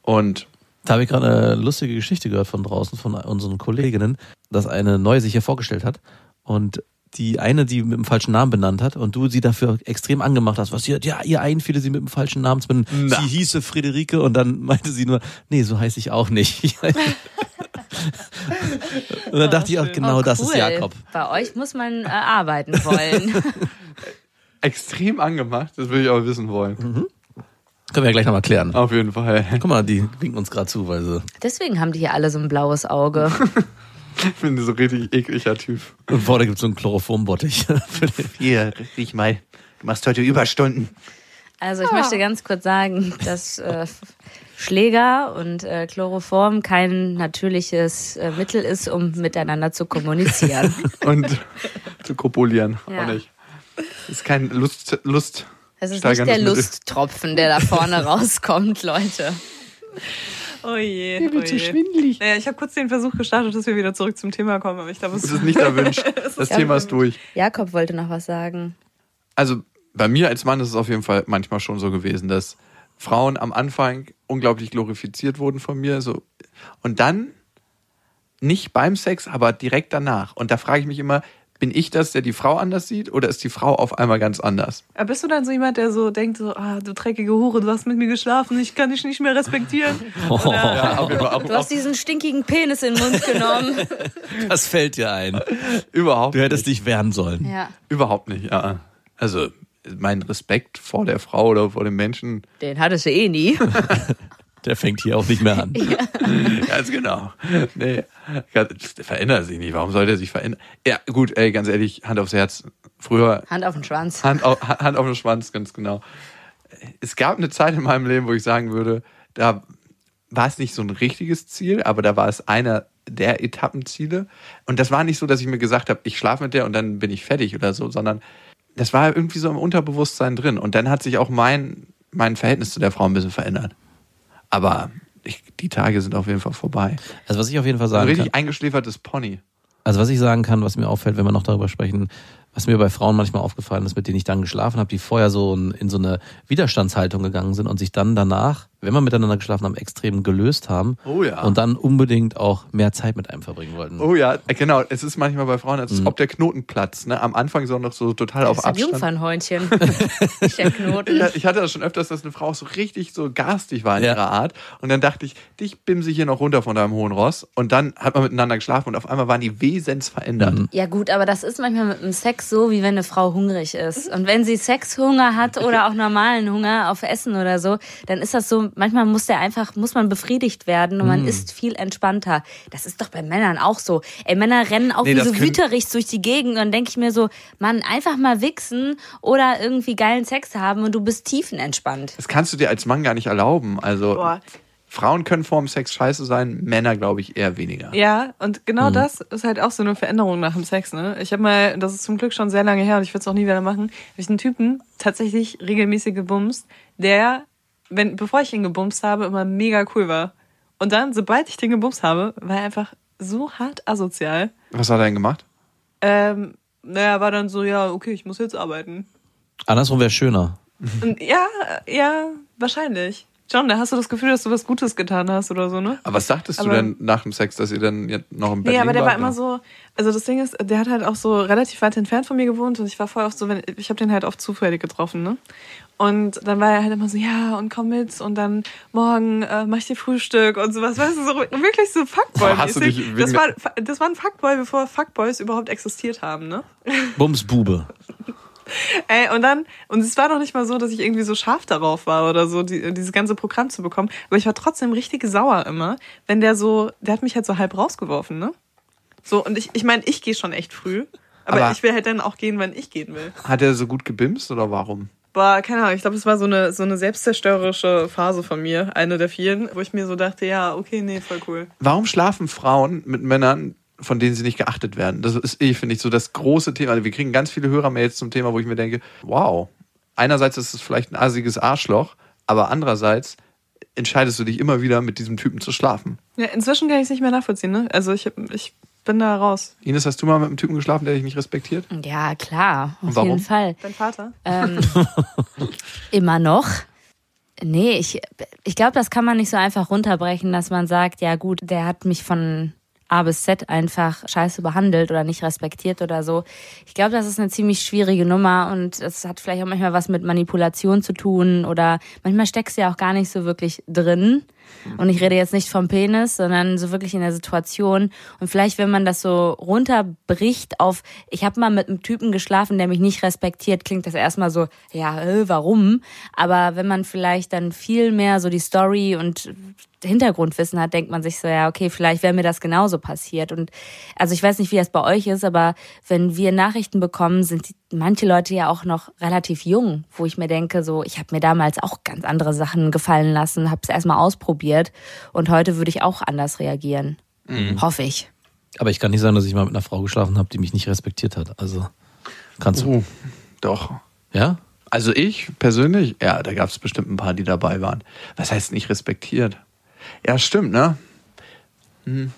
Speaker 3: Und
Speaker 4: Da habe ich gerade eine lustige Geschichte gehört von draußen, von unseren Kolleginnen, dass eine neue sich hier vorgestellt hat und die eine, die mit dem falschen Namen benannt hat und du sie dafür extrem angemacht hast, was ihr, ja, ihr einfiele sie mit dem falschen Namen zu benennen. Sie hieße Friederike und dann meinte sie nur, nee, so heiße ich auch nicht. und dann dachte ich auch, genau
Speaker 5: Oh,
Speaker 4: das ist
Speaker 5: cool.
Speaker 4: Jakob.
Speaker 5: Bei euch muss man äh, arbeiten wollen.
Speaker 3: extrem angemacht, das würde ich aber wissen wollen.
Speaker 4: Können wir ja gleich nochmal klären.
Speaker 3: Auf jeden Fall.
Speaker 4: Guck mal, die winken uns gerade zu, weil sie.
Speaker 5: Deswegen haben die hier alle so ein blaues Auge.
Speaker 3: Ich bin so richtig ekliger Typ.
Speaker 4: Und vorne gibt es so einen Chloroformbottich.
Speaker 3: Hier, riech mal. Du machst heute Überstunden.
Speaker 5: Also ich
Speaker 3: Ah.
Speaker 5: möchte ganz kurz sagen, dass äh, Schläger und äh, Chloroform kein natürliches äh, Mittel ist, um miteinander zu kommunizieren.
Speaker 3: und zu kopulieren.
Speaker 5: Ja.
Speaker 3: Auch nicht. Ist kein Lust. Lust
Speaker 5: Das Also ist nicht der
Speaker 3: Mittel.
Speaker 5: Lusttropfen, der da vorne rauskommt, Leute.
Speaker 6: Oh je. Mir wird oh je. Naja, ich habe kurz den Versuch gestartet, dass wir wieder zurück zum Thema kommen, aber ich glaube, es
Speaker 3: Das ist nicht erwünscht. Das Thema ist durch.
Speaker 5: Jakob wollte noch was sagen.
Speaker 3: Also bei mir als Mann ist es auf jeden Fall manchmal schon so gewesen, dass Frauen am Anfang unglaublich glorifiziert wurden von mir. So. Und dann nicht beim Sex, aber direkt danach. Und da frage ich mich immer, Bin ich das, der die Frau anders sieht oder ist die Frau auf einmal ganz anders?
Speaker 6: Aber Äh, bist du dann so jemand, der so denkt, so, ah, du dreckige Hure, du hast mit mir geschlafen, ich kann dich nicht mehr respektieren? Oder,
Speaker 5: Du hast diesen stinkigen Penis in den Mund genommen.
Speaker 4: Das fällt dir ein.
Speaker 3: Überhaupt
Speaker 4: Du hättest
Speaker 3: nicht.
Speaker 4: dich wehren sollen.
Speaker 5: ja,
Speaker 3: Überhaupt nicht, ja. Also mein Respekt vor der Frau oder vor dem Menschen.
Speaker 5: den hattest du eh nie.
Speaker 4: Der fängt hier auch nicht mehr an.
Speaker 3: Ganz genau. Nee, ganz- verändert sich nicht. Warum sollte er sich verändern? Ja, gut, ey, ganz ehrlich, Hand aufs Herz. Früher
Speaker 5: Hand auf den Schwanz.
Speaker 3: Hand auf, Hand auf den Schwanz, ganz genau. Es gab eine Zeit in meinem Leben, wo ich sagen würde, da war es nicht so ein richtiges Ziel, aber da war es einer der Etappenziele. Und das war nicht so, dass ich mir gesagt habe, ich schlafe mit der und dann bin ich fertig oder so, sondern das war irgendwie so im Unterbewusstsein drin. Und dann hat sich auch mein, mein Verhältnis zu der Frau ein bisschen verändert. Aber ich, die Tage sind auf jeden Fall vorbei.
Speaker 4: Also was ich auf jeden Fall
Speaker 3: Ein
Speaker 4: sagen kann,
Speaker 3: richtig eingeschläfertes Pony.
Speaker 4: also was ich sagen kann, was mir auffällt, wenn wir noch darüber sprechen, was mir bei Frauen manchmal aufgefallen ist, mit denen ich dann geschlafen habe, die vorher so in, in so eine Widerstandshaltung gegangen sind und sich dann danach, wenn wir miteinander geschlafen haben, extrem gelöst haben
Speaker 3: Oh ja.
Speaker 4: und dann unbedingt auch mehr Zeit mit einem verbringen wollten.
Speaker 3: Oh ja, Mhm. genau. Es ist manchmal bei Frauen, als ob der Knotenplatz, ne? Am Anfang so noch so total
Speaker 5: Das
Speaker 3: auf
Speaker 5: ist ein
Speaker 3: Abstand.
Speaker 5: Jungfernhäutchen. Nicht der Knoten.
Speaker 3: Ich- Ich hatte das schon öfters, dass eine Frau auch so richtig so garstig war in
Speaker 4: Ja.
Speaker 3: ihrer Art. Und dann dachte ich, dich bimse ich hier noch runter von deinem hohen Ross. Und dann hat man miteinander geschlafen und auf einmal waren die Wesens verändert.
Speaker 5: Ja gut, aber das ist manchmal mit dem Sex so, wie wenn eine Frau hungrig ist. Und wenn sie Sexhunger hat oder auch normalen Hunger auf Essen oder so, dann ist das so, manchmal muss der einfach, muss man befriedigt werden und man ist viel entspannter. Das ist doch bei Männern auch so. Ey, Männer rennen auch
Speaker 3: Nee,
Speaker 5: wie
Speaker 3: das
Speaker 5: so
Speaker 3: können-
Speaker 5: Wüterichs durch die Gegend und dann denke ich mir so, Mann, einfach mal wichsen oder irgendwie geilen Sex haben und du bist tiefenentspannt.
Speaker 3: Das kannst du dir als Mann gar nicht erlauben. Also
Speaker 6: Boah.
Speaker 3: Frauen können vor dem Sex scheiße sein, Männer glaube ich eher weniger.
Speaker 6: Ja, und genau das ist halt auch so eine Veränderung nach dem Sex, ne? Ich habe mal, das ist zum Glück schon sehr lange her und ich würde es auch nie wieder machen, habe ich einen Typen tatsächlich regelmäßig gebumst, der, wenn, bevor ich ihn gebumst habe, immer mega cool war. Und dann, sobald ich den gebumst habe, war er einfach so hart asozial.
Speaker 3: Was hat er denn gemacht?
Speaker 6: Ähm, naja, war dann so, ja, okay, ich muss jetzt arbeiten.
Speaker 4: Andersrum wäre schöner.
Speaker 6: Und ja, ja, wahrscheinlich. John, da hast du das Gefühl, dass du was Gutes getan hast oder so, ne?
Speaker 3: Aber was sagtest du
Speaker 6: Aber-
Speaker 3: denn nach dem Sex, dass ihr dann jetzt noch im Bett
Speaker 6: Nee, aber der war
Speaker 3: wart,
Speaker 6: immer
Speaker 3: ne?
Speaker 6: so, also das Ding ist, der hat halt auch so relativ weit entfernt von mir gewohnt und ich war voll oft so, wenn ich habe den halt oft zufällig getroffen, ne? Und dann war er halt immer so, ja, und komm mit und dann morgen äh, mach ich dir Frühstück und sowas, weißt du, so wirklich so Fuckboy.
Speaker 3: Hast du dich wegen-
Speaker 6: das, war, das war ein Fuckboy, bevor Fuckboys überhaupt existiert haben, ne?
Speaker 4: Bumsbube.
Speaker 6: Ey, und dann, und es war doch nicht mal so, dass ich irgendwie so scharf darauf war oder so, die, dieses ganze Programm zu bekommen. Aber ich war trotzdem richtig sauer immer, wenn der so, der hat mich halt so halb rausgeworfen, ne? So, und ich, ich meine, ich gehe schon echt früh. Aber,
Speaker 3: Aber-
Speaker 6: ich will halt dann auch gehen, wann ich gehen will.
Speaker 3: Hat er so gut gebimst oder warum?
Speaker 6: Boah, keine Ahnung, ich glaube, es war so eine, so eine selbstzerstörerische Phase von mir, eine der vielen, wo ich mir so dachte, ja, okay, nee, voll cool.
Speaker 3: Warum schlafen Frauen mit Männern, von denen sie nicht geachtet werden? Das ist, eh, finde ich, so das große Thema. Also wir kriegen ganz viele Hörermails zum Thema, wo ich mir denke, wow, einerseits ist es vielleicht ein assiges Arschloch, aber andererseits entscheidest du dich immer wieder, mit diesem Typen zu schlafen.
Speaker 6: Ja, inzwischen kann ich es nicht mehr nachvollziehen, ne? Also ich, ich bin da raus.
Speaker 3: Ines, hast du mal mit einem Typen geschlafen, der dich nicht respektiert?
Speaker 5: Ja, klar, auf
Speaker 3: Warum?
Speaker 5: jeden Fall.
Speaker 6: Dein Vater?
Speaker 5: Ähm, immer noch. Nee, ich, ich glaube, das kann man nicht so einfach runterbrechen, dass man sagt, ja gut, der hat mich von A bis Z einfach scheiße behandelt oder nicht respektiert oder so. Ich glaube, das ist eine ziemlich schwierige Nummer und es hat vielleicht auch manchmal was mit Manipulation zu tun oder manchmal steckst du ja auch gar nicht so wirklich drin. Und ich rede jetzt nicht vom Penis, sondern so wirklich in der Situation. Und vielleicht, wenn man das so runterbricht auf, ich habe mal mit einem Typen geschlafen, der mich nicht respektiert, klingt das erstmal so, ja, äh, warum? Aber wenn man vielleicht dann viel mehr so die Story und Hintergrundwissen hat, denkt man sich so, ja, okay, vielleicht wäre mir das genauso passiert. Und also ich weiß nicht, wie das bei euch ist, aber wenn wir Nachrichten bekommen, sind die- manche Leute ja auch noch relativ jung, wo ich mir denke, so, ich habe mir damals auch ganz andere Sachen gefallen lassen, habe es erstmal ausprobiert und heute würde ich auch anders reagieren. Hoffe ich.
Speaker 4: Aber ich kann nicht sagen, dass ich mal mit einer Frau geschlafen habe, die mich nicht respektiert hat. Also kannst du.
Speaker 3: Oh, doch.
Speaker 4: Ja?
Speaker 3: Also ich persönlich, ja, da gab es bestimmt ein paar, die dabei waren. Was heißt nicht respektiert? Ja, stimmt, ne? Hm.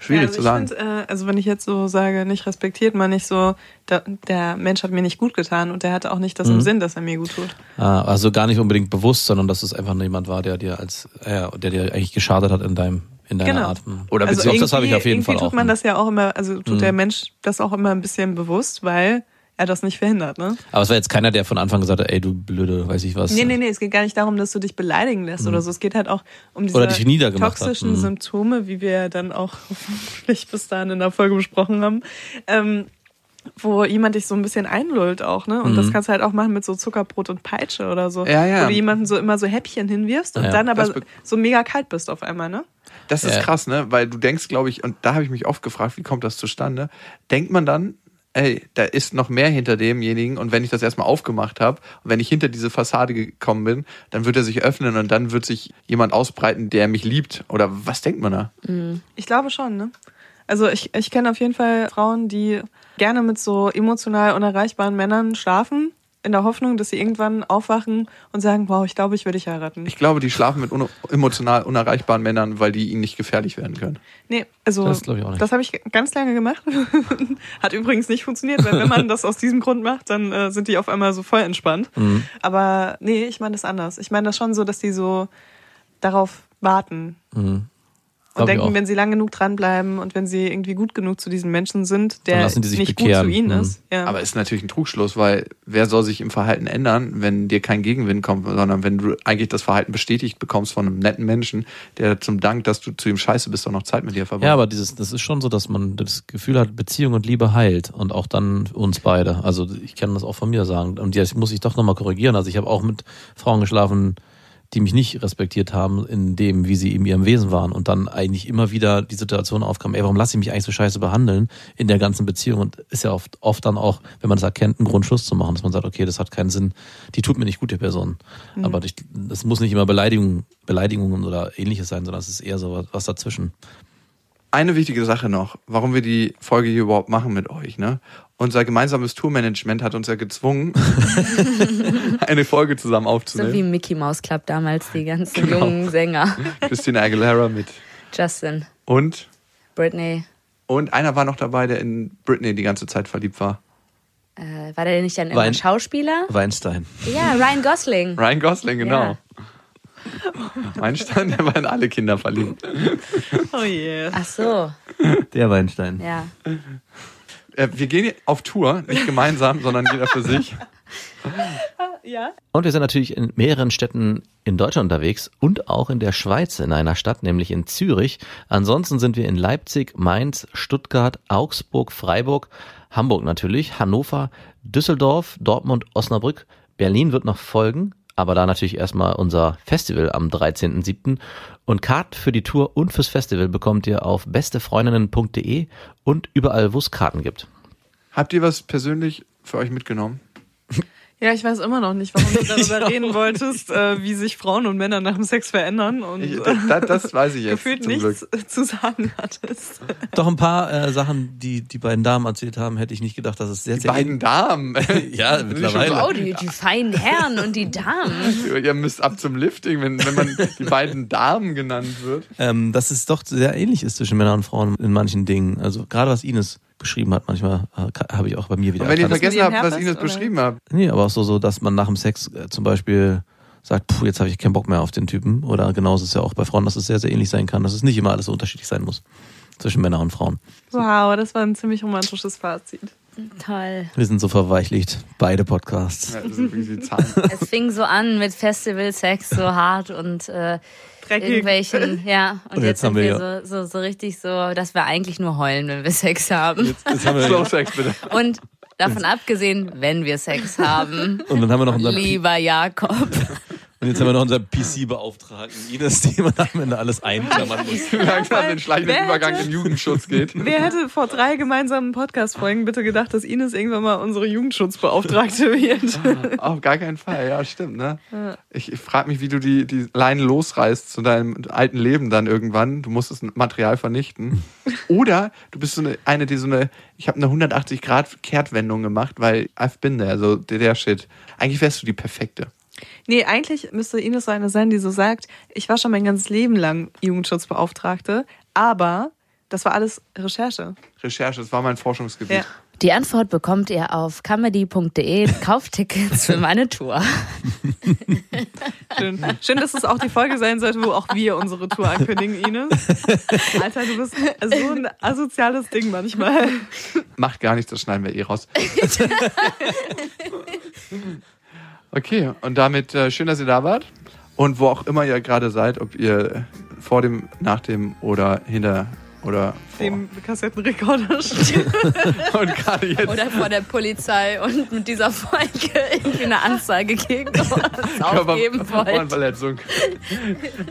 Speaker 3: Schwierig
Speaker 6: also
Speaker 3: zu sagen.
Speaker 6: Ich find, äh, also wenn ich jetzt so sage, nicht respektiert, meine ich so, da, der Mensch hat mir nicht gut getan und der hatte auch nicht das
Speaker 4: Mhm.
Speaker 6: im Sinn, dass er mir gut tut.
Speaker 4: Ah, also gar nicht unbedingt bewusst, sondern dass es einfach nur jemand war, der dir als, äh, der dir eigentlich geschadet hat in deinem, in deiner
Speaker 6: Genau.
Speaker 4: Art. Hm.
Speaker 3: Oder
Speaker 6: also
Speaker 3: beziehungsweise
Speaker 4: das habe ich auf
Speaker 6: irgendwie-
Speaker 4: jeden Fall
Speaker 6: irgendwie
Speaker 4: auch. hm. Mhm.
Speaker 6: tut man das ja auch immer, also tut der Mensch das auch immer ein bisschen bewusst, weil er das nicht verhindert, ne?
Speaker 4: Aber es war jetzt keiner, der von Anfang gesagt hat, ey, du blöde, weiß ich was.
Speaker 6: Nee, nee, nee, es geht gar nicht darum, dass du dich beleidigen lässt oder so. Es geht halt auch um diese
Speaker 4: Hm. Oder dich niedergemacht hat.
Speaker 6: toxischen
Speaker 4: Mhm.
Speaker 6: Symptome, wie wir ja dann auch hoffentlich bis dahin in der Folge besprochen haben. Ähm, wo jemand dich so ein bisschen einlullt auch, ne? Und
Speaker 4: Hm.
Speaker 6: das kannst du halt auch machen mit so Zuckerbrot und Peitsche oder so.
Speaker 3: Ja, ja.
Speaker 6: Wo du jemanden so immer so Häppchen hinwirfst und
Speaker 4: Ja,
Speaker 6: dann aber
Speaker 3: das be-
Speaker 6: so mega kalt bist auf einmal, ne?
Speaker 3: Das ist
Speaker 4: Ja.
Speaker 3: krass, ne? Weil du denkst, glaube ich, und da habe ich mich oft gefragt, wie kommt das zustande? Denkt man dann, ey, da ist noch mehr hinter demjenigen und wenn ich das erstmal aufgemacht habe und wenn ich hinter diese Fassade gekommen bin, dann wird er sich öffnen und dann wird sich jemand ausbreiten, der mich liebt. Oder was denkt man da?
Speaker 6: Ich glaube schon, ne? Also ich, ich kenne auf jeden Fall Frauen, die gerne mit so emotional unerreichbaren Männern schlafen, in der Hoffnung, dass sie irgendwann aufwachen und sagen, wow, ich glaube, ich würde dich heiraten.
Speaker 3: Ich glaube, die schlafen mit un emotional unerreichbaren Männern, weil die ihnen nicht gefährlich werden können.
Speaker 6: nee, also
Speaker 4: Das glaub ich auch nicht.
Speaker 6: Das habe ich ganz lange gemacht. Hat übrigens nicht funktioniert, weil wenn man das aus diesem Grund macht, dann äh, sind die auf einmal so voll entspannt.
Speaker 4: Mhm.
Speaker 6: Aber nee, ich meine das anders. Ich meine das schon so, dass die so darauf warten, Und
Speaker 4: Glaub ich
Speaker 6: denken,
Speaker 4: auch.
Speaker 6: wenn sie lang genug dranbleiben und wenn sie irgendwie gut genug zu diesen Menschen sind,
Speaker 4: Dann
Speaker 6: der
Speaker 4: lassen die sich
Speaker 6: nicht
Speaker 4: bekehren.
Speaker 6: gut zu ihnen
Speaker 4: Mhm.
Speaker 6: ist. Ja.
Speaker 3: Aber ist natürlich ein Trugschluss, weil wer soll sich im Verhalten ändern, wenn dir kein Gegenwind kommt, sondern wenn du eigentlich das Verhalten bestätigt bekommst von einem netten Menschen, der zum Dank, dass du zu ihm scheiße bist, auch noch Zeit mit dir verbringt.
Speaker 4: Ja, aber dieses, das ist schon so, dass man das Gefühl hat, Beziehung und Liebe heilt und auch dann uns beide. Also ich kann das auch von mir sagen. Und jetzt muss ich doch nochmal korrigieren. Also ich habe auch mit Frauen geschlafen, die mich nicht respektiert haben in dem, wie sie in ihrem Wesen waren. Und dann eigentlich immer wieder die Situation aufkam, ey, warum lasse ich mich eigentlich so scheiße behandeln in der ganzen Beziehung? Und ist ja oft, oft dann auch, wenn man das erkennt, ein Grund Schluss zu machen, dass man sagt, okay, das hat keinen Sinn. Die tut mir nicht gut, die Person. Aber ich- das muss nicht immer Beleidigungen, Beleidigungen oder ähnliches sein, sondern es ist eher so was, was dazwischen.
Speaker 3: eine wichtige Sache noch, warum wir die Folge hier überhaupt machen mit euch, ne? Unser gemeinsames Tourmanagement hat uns ja gezwungen, eine Folge zusammen
Speaker 5: So wie
Speaker 3: aufzunehmen.
Speaker 5: Mickey Mouse Club damals, die ganzen
Speaker 3: Ne? Genau.
Speaker 5: jungen Sänger.
Speaker 3: Christina Aguilera mit.
Speaker 5: Justin,
Speaker 3: Und,
Speaker 5: Britney.
Speaker 3: und einer war noch dabei, der in Britney die ganze Zeit verliebt war.
Speaker 5: Äh, war der nicht dann
Speaker 4: Wein-
Speaker 5: ein Schauspieler?
Speaker 4: Weinstein.
Speaker 5: Ja, Ryan Gosling.
Speaker 3: Ryan Gosling, genau.
Speaker 5: Ja.
Speaker 3: Mein Stand, der war in alle Kinder verliebt.
Speaker 6: Oh yeah.
Speaker 5: Ach so,
Speaker 4: Der Weinstein.
Speaker 5: ja.
Speaker 3: Äh, Wir gehen auf Tour, nicht gemeinsam, sondern jeder für sich.
Speaker 6: Ja?
Speaker 4: Und wir sind natürlich in mehreren Städten in Deutschland unterwegs und auch in der Schweiz in einer Stadt, nämlich in Zürich. Ansonsten sind wir in Leipzig, Mainz, Stuttgart, Augsburg, Freiburg, Hamburg natürlich, Hannover, Düsseldorf, Dortmund, Osnabrück. Berlin wird noch folgen, aber da natürlich erstmal unser Festival am 13.07. Und Karten für die Tour und fürs Festival bekommt ihr auf bestefreundinnen.de und überall, wo es Karten gibt.
Speaker 3: Habt ihr was persönlich für euch mitgenommen?
Speaker 6: Ja, ich weiß immer noch nicht, warum du darüber reden wolltest, äh, wie sich Frauen und Männer nach dem Sex verändern und
Speaker 3: Ich,
Speaker 6: äh,
Speaker 3: das, das weiß ich jetzt.
Speaker 6: gefühlt
Speaker 3: zum Glück.
Speaker 6: nichts zu sagen hattest.
Speaker 4: Doch ein paar äh, Sachen, die die beiden Damen erzählt haben, hätte ich nicht gedacht, dass es sehr,
Speaker 3: Die
Speaker 4: sehr
Speaker 3: beiden Damen.
Speaker 4: Ja, mittlerweile.
Speaker 5: Oh, die, die feinen Herren und die Damen.
Speaker 3: Ihr müsst ab zum Lifting, wenn, wenn man die beiden Damen genannt wird.
Speaker 4: ähm, dass es doch sehr ähnlich ist zwischen Männern und Frauen in manchen Dingen. Also gerade was Ines beschrieben hat, manchmal äh, ka- habe ich auch bei mir wieder
Speaker 3: Und wenn ihr
Speaker 4: erkannt.
Speaker 3: vergessen
Speaker 6: vergesst- Müssen die
Speaker 3: habt,
Speaker 6: im
Speaker 3: was
Speaker 6: Herbst,
Speaker 3: Ines
Speaker 6: oder?
Speaker 3: beschrieben hat,
Speaker 4: Nee, aber auch so, so, dass man nach dem Sex äh, zum Beispiel sagt, puh, jetzt habe ich keinen Bock mehr auf den Typen. Oder genauso ist es ja auch bei Frauen, dass es sehr, sehr ähnlich sein kann, dass es nicht immer alles so unterschiedlich sein muss zwischen Männern und Frauen.
Speaker 6: Wow, das war ein ziemlich romantisches Fazit.
Speaker 5: Toll.
Speaker 4: Wir sind so verweichlicht, beide Podcasts.
Speaker 3: Ja, das sind übrigens die Zahlen.
Speaker 5: Es fing so an mit Festival-Sex, so hart und äh,
Speaker 6: Dreckig.
Speaker 5: irgendwelchen, ja. Und, jetzt, sind wir
Speaker 4: ja-
Speaker 5: so, so, so richtig so, dass wir eigentlich nur heulen, wenn wir Sex haben.
Speaker 3: Slow Sex bitte.
Speaker 5: Und davon abgesehen, wenn wir Sex haben,
Speaker 4: Und dann haben wir noch unseren, P-
Speaker 5: lieber Jakob.
Speaker 4: und jetzt haben wir noch unseren PC-Beauftragten Ines, die man am Ende alles einklammern muss.
Speaker 3: Du merkst, dass den
Speaker 6: Wer
Speaker 3: schleichenden Übergang
Speaker 6: hätte-
Speaker 3: in Jugendschutz geht.
Speaker 6: Wer hätte vor drei gemeinsamen Podcast-Folgen bitte gedacht, dass Ines irgendwann mal unsere Jugendschutzbeauftragte wird?
Speaker 3: Auf gar keinen Fall, ja, stimmt, ne? Ich, ich frage mich, wie du die, die Leinen losreißt zu deinem alten Leben dann irgendwann. Du musst das Material vernichten. Oder du bist so eine, eine die so eine, ich habe eine 180-Grad-Kehrtwendung gemacht, weil I've been there, so der, der Shit. Eigentlich wärst du die perfekte.
Speaker 6: Nee, eigentlich müsste Ines so eine sein, die so sagt, ich war schon mein ganzes Leben lang Jugendschutzbeauftragte, aber das war alles Recherche.
Speaker 3: Recherche, das war mein Forschungsgebiet.
Speaker 6: Ja.
Speaker 5: Die Antwort bekommt ihr auf comedy.de. Kauft Tickets für meine Tour.
Speaker 6: Schön. Schön, dass es auch die Folge sein sollte, wo auch wir unsere Tour ankündigen, Ines. Alter, du bist so ein asoziales Ding manchmal.
Speaker 3: Macht gar nichts, das schneiden wir eh raus. okay, und damit äh, schön, dass ihr da wart. Und wo auch immer ihr gerade seid, ob ihr vor dem, nach dem oder hinter oder vor.
Speaker 6: Dem Kassettenrekorder steht.
Speaker 3: Und gerade jetzt.
Speaker 5: Oder vor der Polizei und mit dieser Folge irgendwie eine Anzeige gegen uns
Speaker 3: Körper-
Speaker 5: aufgeben wollt.
Speaker 3: Körperverletzung.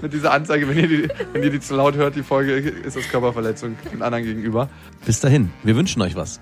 Speaker 3: Mit dieser Anzeige, wenn ihr, die, wenn ihr die zu laut hört, die Folge, ist das Körperverletzung den anderen gegenüber.
Speaker 4: Bis dahin, wir wünschen euch was.